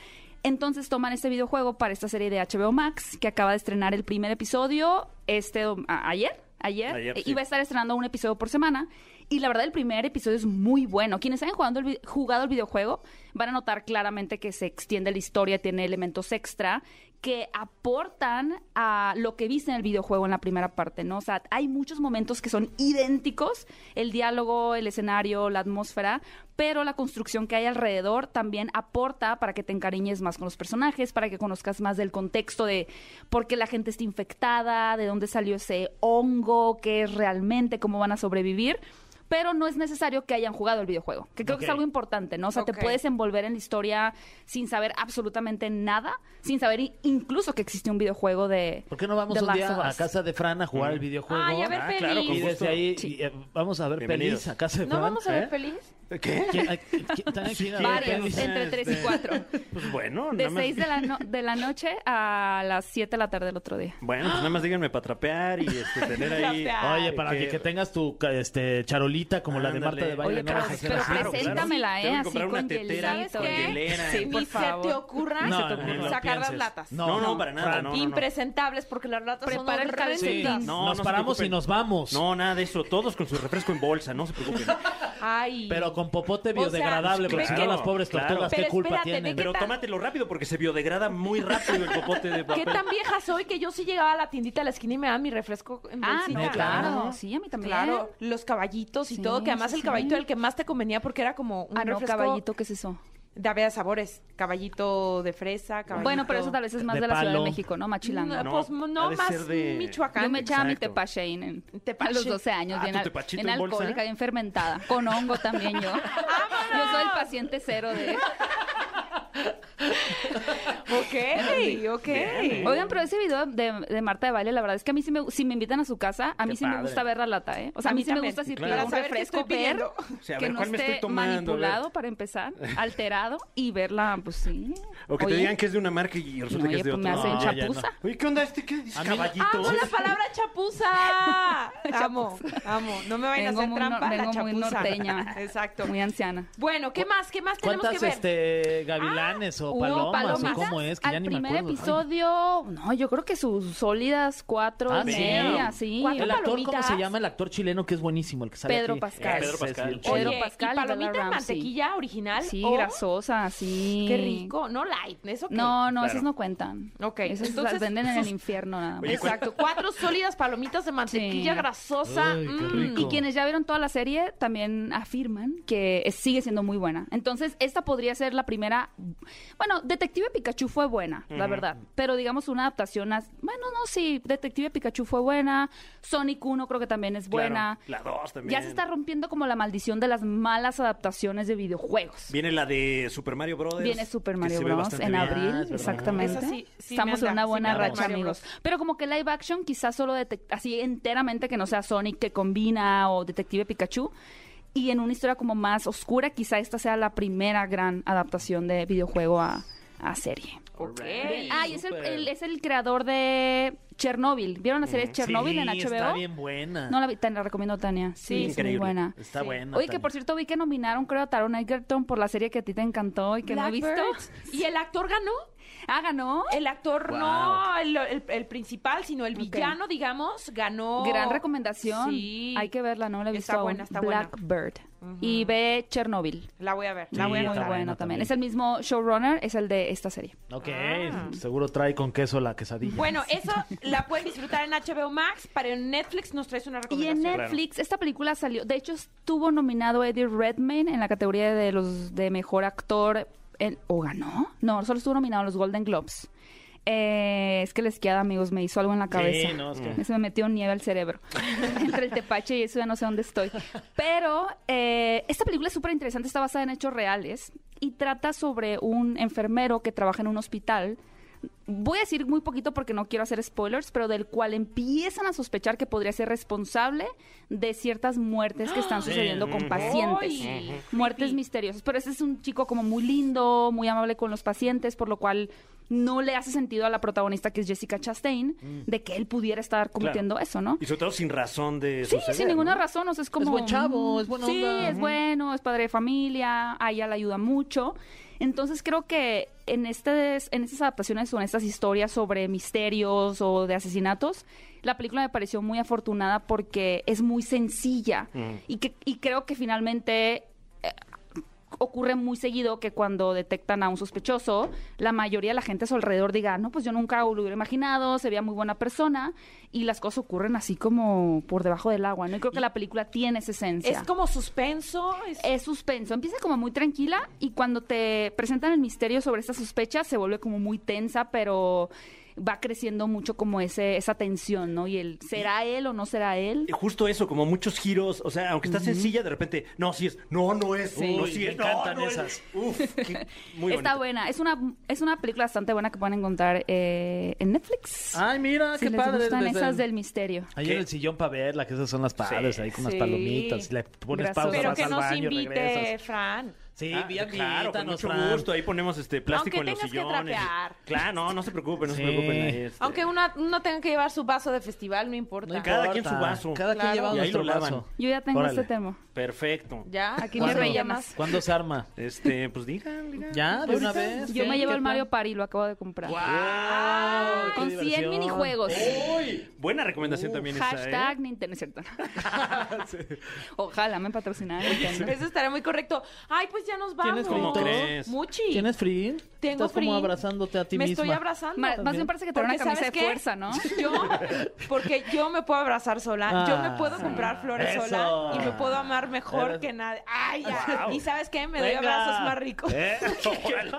Entonces toman este videojuego para esta serie de HBO Max que acaba de estrenar el primer episodio este dom- a- ayer, ayer,
Ayer,
Eh,
sí.
iba a estar estrenando un episodio por semana y la verdad el primer episodio es muy bueno. Quienes hayan jugado el, vi- jugado el videojuego van a notar claramente que se extiende la historia, tiene elementos extra que aportan a lo que viste en el videojuego en la primera parte, ¿no? O sea, hay muchos momentos que son idénticos, el diálogo, el escenario, la atmósfera, pero la construcción que hay alrededor también aporta para que te encariñes más con los personajes, para que conozcas más del contexto de por qué la gente está infectada, de dónde salió ese hongo, qué es realmente, cómo van a sobrevivir. pero no es necesario que hayan jugado el videojuego, que creo que es
Ok.
algo importante, ¿no? O sea,
Ok.
te puedes envolver en la historia sin saber absolutamente nada, sin saber i- incluso que existe un videojuego de...
¿Por qué no vamos
The
un
Last
día
of
a
Us?
casa de Fran a jugar al videojuego?
Ay, a ver,
Ah,
feliz.
claro, con
Y
gusto.
desde ahí
Sí.
y, eh, vamos a ver
Bienvenidos.
pelis a casa de
¿No
Fran.
vamos a ver
¿Eh?
feliz?
¿Qué?
¿Quién- a- quién- Tania quiere ver
Varias,
pelis?
entre 3 y 4.
Pues bueno,
De
nada más.
6 de la, no- de la noche a las 7 de la tarde del otro día.
Bueno, pues nada más díganme para trapear y este, tener ahí.
Trapear.
Oye, eh, para que,
Que-
que tengas tu ca- este, charolita como la de
Ándale.
Marta de Baile.
Oye,
no
pero,
vas a hacer
pero
así.
claro,
preséntamela,
claro.
¿eh?
Tengo que
Así
comprar
con
una tetera,
hielito.
con
¿Qué?
hielera. pues,
Sí, por
Ni
favor.
se te ocurra
No,
se te
ni
ocurra
lo
sacar las
pienses.
latas.
No, no, para nada.
Fran,
No, no, no.
Impresentables, porque las latas
Prepara
son
el
horribles.
calcetín.
Sí,
No, no
nos
se
paramos y
preocupen.
nos
pues.
vamos.
No, nada de eso. Todos con su refresco en bolsa, no se preocupen.
Ay.
Pero con popote
O sea,
biodegradable, porque
claro,
si no las pobres
claro.
tortugas,
Pero
¿qué culpa
espérate, ¿de
tienen?
qué
Pero
tal?
tómatelo rápido porque se biodegrada muy rápido el popote de papel.
¿Qué tan vieja soy que yo sí llegaba a la tiendita de la esquina y me daba mi refresco en
Ah,
bolsita?
no, claro. Sí, a mí también.
Claro, los caballitos y
Sí,
todo, que además
sí,
el
sí.
caballito era el que más te convenía porque era como un
Ah, no,
refresco
caballito, ¿qué es eso?
de había sabores, caballito de fresa, caballito.
Bueno, pero eso tal vez es más
De
de, la Ciudad de
palo.
México, ¿no?
No,
Machilanga.
No,
pues
ha
no
de ser
más
de-
Michoacán.
Yo me echaba mi
Exacto.
tepachein en,
Tepache.
a los 12 años,
Ah,
bien,
tu
al-
tepachito
bien
en bolsa.
alcohólica, bien fermentada, con hongo también yo. Yo soy el paciente cero de...
Ok, ok.
Oigan, pero ese video de, de Marta de Baile, la verdad es que a mí sí me, si me invitan a su casa, a mí sí me
padre.
gusta ver la lata, ¿eh? O sea, a mí, sí me
también.
gusta si
Claro.
pido
Para
un
saber qué
refresco,
estoy
ver
pidiendo.
O sea, a
que
ver,
no
¿cuál me
esté
estoy tomando? A ver.
manipulado para empezar, alterado y verla, pues sí.
O que
Oye,
te digan que es de una marca y resulta
no,
que
oye,
es de
pues me
otra.
hacen
No, ya no.
chapuza.
Oye, ¿qué onda este? ¿Qué dices?
A mí-
Ah,
Caballito.
¡Amo la palabra chapuza! amo, amo. No me vayan
Vengo
a hacer
muy
trampa, la
nor- vengo muy
chapuza.
norteña.
Exacto.
Muy anciana.
Bueno, ¿qué más? ¿Qué más tenemos que
¿Cuántas
ver?
este, gavilanes o
Ah,
palomas,
hubo palomas.
o cómo es? Que ya
Al
ni me
primer
acuerdo.
episodio, no, yo creo que sus sólidas cuatro
Ah,
y media, sí.
Ay.
Cuatro
El actor, ¿cómo
palomitas.
se llama? El actor chileno que es buenísimo, el que sale
Pedro
aquí.
Pascal.
Ese
Pedro
sí, el
Pascal.
chileno.
Pedro
Oye,
Pascal
¿y
y
palomita
Bella
en
Ramsey.
mantequilla original?
Sí,
o-
grasosa, sí.
Qué rico, no light, eso qué?
No, no,
Claro.
esas no cuentan.
Ok,
Esas
entonces-
las venden en el infierno nada más.
Oye, ¿cuál-
Exacto, cuatro sólidas palomitas de mantequilla
Sí.
grasosa.
Ay, qué
mm.
rico.
Y quienes ya vieron toda la serie también afirman que es- sigue siendo muy buena. Entonces, esta podría ser la primera. Bueno, Detective Pikachu fue buena, la verdad. Pero digamos una adaptación. A... Bueno, no, sí, Detective Pikachu fue buena. Sonic 1 creo que también es
Claro,
buena.
La dos también.
Ya se está rompiendo como la maldición de las malas adaptaciones de videojuegos.
Viene la de Super Mario Brothers.
Viene Super
que
Mario
se ve
Bros.
bastante
en
bien.
abril,
Ah, es verdad.
exactamente.
Esa sí- sí me
Estamos en
anda,
una
sí
buena
me anda
racha,
Mario
amigos.
Bros.
Pero como que live action, quizás solo detec- así enteramente que no sea Sonic que combina o Detective Pikachu. Y en una historia como más oscura, quizá esta sea la primera gran adaptación de videojuego a, a serie.
Ok.
Ah, y es el, el- es el creador de Chernobyl. ¿Vieron la serie de Chernobyl
Sí,
en HBO?
está bien buena.
No la vi, te la recomiendo, Tania. Sí, es muy
Increíble.
buena.
Está
Sí.
buena.
Oye, que por cierto vi que nominaron, creo, a Taron Egerton por la serie que a ti te encantó y que no he visto.
Blackbird. ¿Y el actor ganó?
Ah, ganó.
El actor
Wow.
no, el, el- el principal, sino el villano, digamos, ganó.
Gran recomendación.
Oh, Sí.
Hay que verla, no la he visto
Está
aún.
buena, está buena.
Blackbird. Y ve Chernobyl.
La voy a ver.
Muy
buena,
buena
está buena
también.
también.
Es el Ah. mismo showrunner, es el de esta serie.
Ok, seguro trae con queso la quesadilla.
Pues,
Bueno, eso la pueden disfrutar en HBO Max, pero en Netflix nos traes una
Y en
recomendación.
Netflix, esta película salió, de hecho estuvo nominado Eddie Redmayne en la categoría de los de mejor actor, en- o ganó, no, solo estuvo nominado a los Golden Globes. Eh, es que la esquiada, amigos, me hizo algo en la cabeza. Mm.
no, es que-
Se me metió nieve al cerebro. Entre el tepache y eso ya no sé dónde estoy. Pero eh, esta película es súper interesante, está basada en hechos reales y trata sobre un enfermero que trabaja en un hospital voy a decir muy poquito porque no quiero hacer spoilers, pero del cual empiezan a sospechar que podría ser responsable de ciertas muertes que están sucediendo con pacientes.
Ujú.
Muertes misteriosas. Pero ese es un chico como muy lindo, muy amable con los pacientes, por lo cual no le hace sentido a la protagonista que es Jessica Chastain de que él pudiera estar cometiendo eso, ¿no?
Y sobre todo sin razón de
Sí,
suceder,
sin ninguna
¿no?
razón, o sea, es como... mm,
buen chavo, es buena
Sí,
onda.
es bueno, es padre de familia, a ella le ayuda mucho. Entonces creo que en, estas en estas adaptaciones o en estas historias sobre misterios o de asesinatos, la película me pareció muy afortunada porque es muy sencilla
Mm.
y, que, y creo que finalmente eh, ocurre muy seguido que cuando detectan a un sospechoso, la mayoría de la gente a su alrededor diga, no, pues yo nunca lo hubiera imaginado, se veía muy buena persona, y las cosas ocurren así como por debajo del agua, ¿no? Y creo que la película tiene esa esencia.
Es como suspenso. es-
Es suspenso, empieza como muy tranquila y cuando te presentan el misterio sobre esta sospecha se vuelve como muy tensa, pero va creciendo mucho como ese esa tensión, ¿no? Y el ¿será él o no será él?
Eh, Justo eso, como muchos giros, o sea, aunque está sencilla, de repente, no, sí es, no, no es,
Sí.
no,
Uy,
sí
me
es, no,
encantan
no es.
esas.
Uf, qué- muy bonita.
Está buena, es una es una película bastante buena que pueden encontrar eh, en Netflix.
Ay, mira,
si
qué
les
padre.
gustan
desde
esas
el-
del misterio.
Ahí
¿Qué?
en el sillón para verla, que esas son las padres, ahí con unas
sí.
palomitas. Le pones
Gracias.
pausa,
Pero
vas
que
al
nos
baño,
invite,
regresas.
Fran.
Sí,
Ah,
bien,
claro, con
invítanos,
mucho
Fran.
gusto. Ahí ponemos este plástico
Aunque
en los
tengas que
sillones.
trapear.
Claro, no, no se preocupen, no
Sí.
se preocupen. ahí, este,
Aunque una- uno tenga que llevar su vaso de festival, no importa.
No
Cada quien
importa,
su vaso.
Cada
Claro.
quien lleva
Y ahí
nuestro
lo lavan.
vaso.
Yo ya tengo
Órale.
este tema.
Perfecto.
Ya,
Aquí
¿cómo
me
se
reí
llama?
más.
¿Cuándo se arma?
Este, pues digan, digan.
¿Ya? ¿De una vez?
Yo
¿Qué?
me llevo
¿Qué
el Mario Party, lo acabo de comprar. Ah.
plan? ¡Wow!
Con
¡Qué
100
diversión!
minijuegos.
Uy, buena recomendación también esa, ¿eh?
Hashtag Nintendo, es ¿cierto? Ojalá me patrocinaran Nintendo.
Eso estará muy correcto. Ay, pues ya nos vamos.
¿Tienes
¿Cómo
Todo.
crees?
Muchi.
¿Tienes frío?
Tengo
Estás
frío.
como abrazándote a ti
me
misma.
estoy abrazando.
Ma- Más bien parece que trae una
Porque, ¿sabes
camisa de
qué?
fuerza, ¿no?
Yo, porque yo me puedo abrazar sola, yo me puedo
Ah,
comprar flores
eso.
sola y me puedo amar mejor
Eres-
que nadie. Ay, ya.
Wow.
Y sabes qué, me doy
Venga.
abrazos más ricos.
¿Eh? Órale.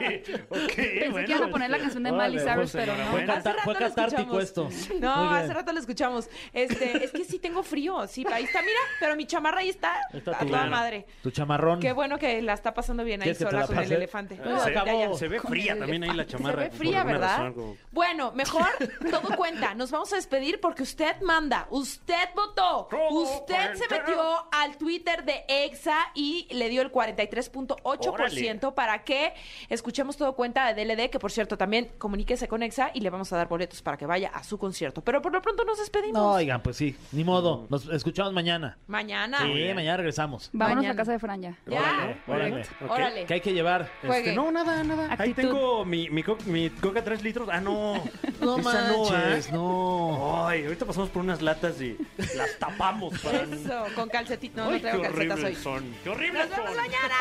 Ok,
Pensé
bueno,
que iban a poner la canción de Miley
Órale,
Cyrus,
José,
pero no.
Fue,
enhorabuena.
Hace
cata-
rato
fue
lo
catártico esto.
escuchamos.
Muy
No,
bien.
hace rato lo escuchamos. Este, es que sí tengo frío, sí, ahí está, mira, pero mi chamarra ahí está,
Está
a
tu-
toda madre.
Tu chamarrón.
Qué bueno que la está pasando bien ahí
¿Quieres que te
sola
la
con el
pase?
elefante.
No,
Ya,
Pues se,
ya.
acabó.
se ve
Con
fría
el
también ahí la
elefante.
chamarra.
Se ve
por
fría,
alguna
¿verdad?
razón, como-
Bueno, mejor todo cuenta. Nos vamos a despedir porque usted manda, usted votó,
Todo
usted se
cuenta.
metió al Twitter de EXA y le dio el 43.8% para que escuchemos todo cuenta de DLD, que por cierto también comuníquese con EXA y le vamos a dar boletos para que vaya a su concierto. Pero por lo pronto nos despedimos.
No, oigan, pues sí. Ni modo. Nos escuchamos mañana.
Mañana.
Sí, mañana regresamos.
Vámonos
Mañana.
a casa de Franja.
Ya.
Órale,
órale.
Perfecto.
Ok.
Órale.
¿Qué hay que llevar?
Juegue.
Este, no, nada, nada. Ahí
Actitud.
tengo mi, mi, co- mi coca 3 litros. Ah, no. Esa
manches,
no, ¿eh?
no.
Ay, ahorita pasamos por unas latas y las tapamos para.
Eso, con calcetito. No, no
Ay, qué
traigo calcetas
horribles
hoy.
son. Qué horribles
¡Nos vemos
son.
mañana!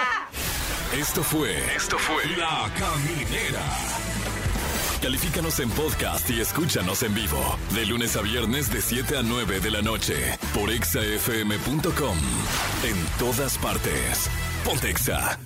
Esto fue. Esto fue. La Caminera. Califícanos en podcast y escúchanos en vivo. De lunes a viernes de 7 a 9 de la noche. Por exafm.com. En todas partes. Pontexa.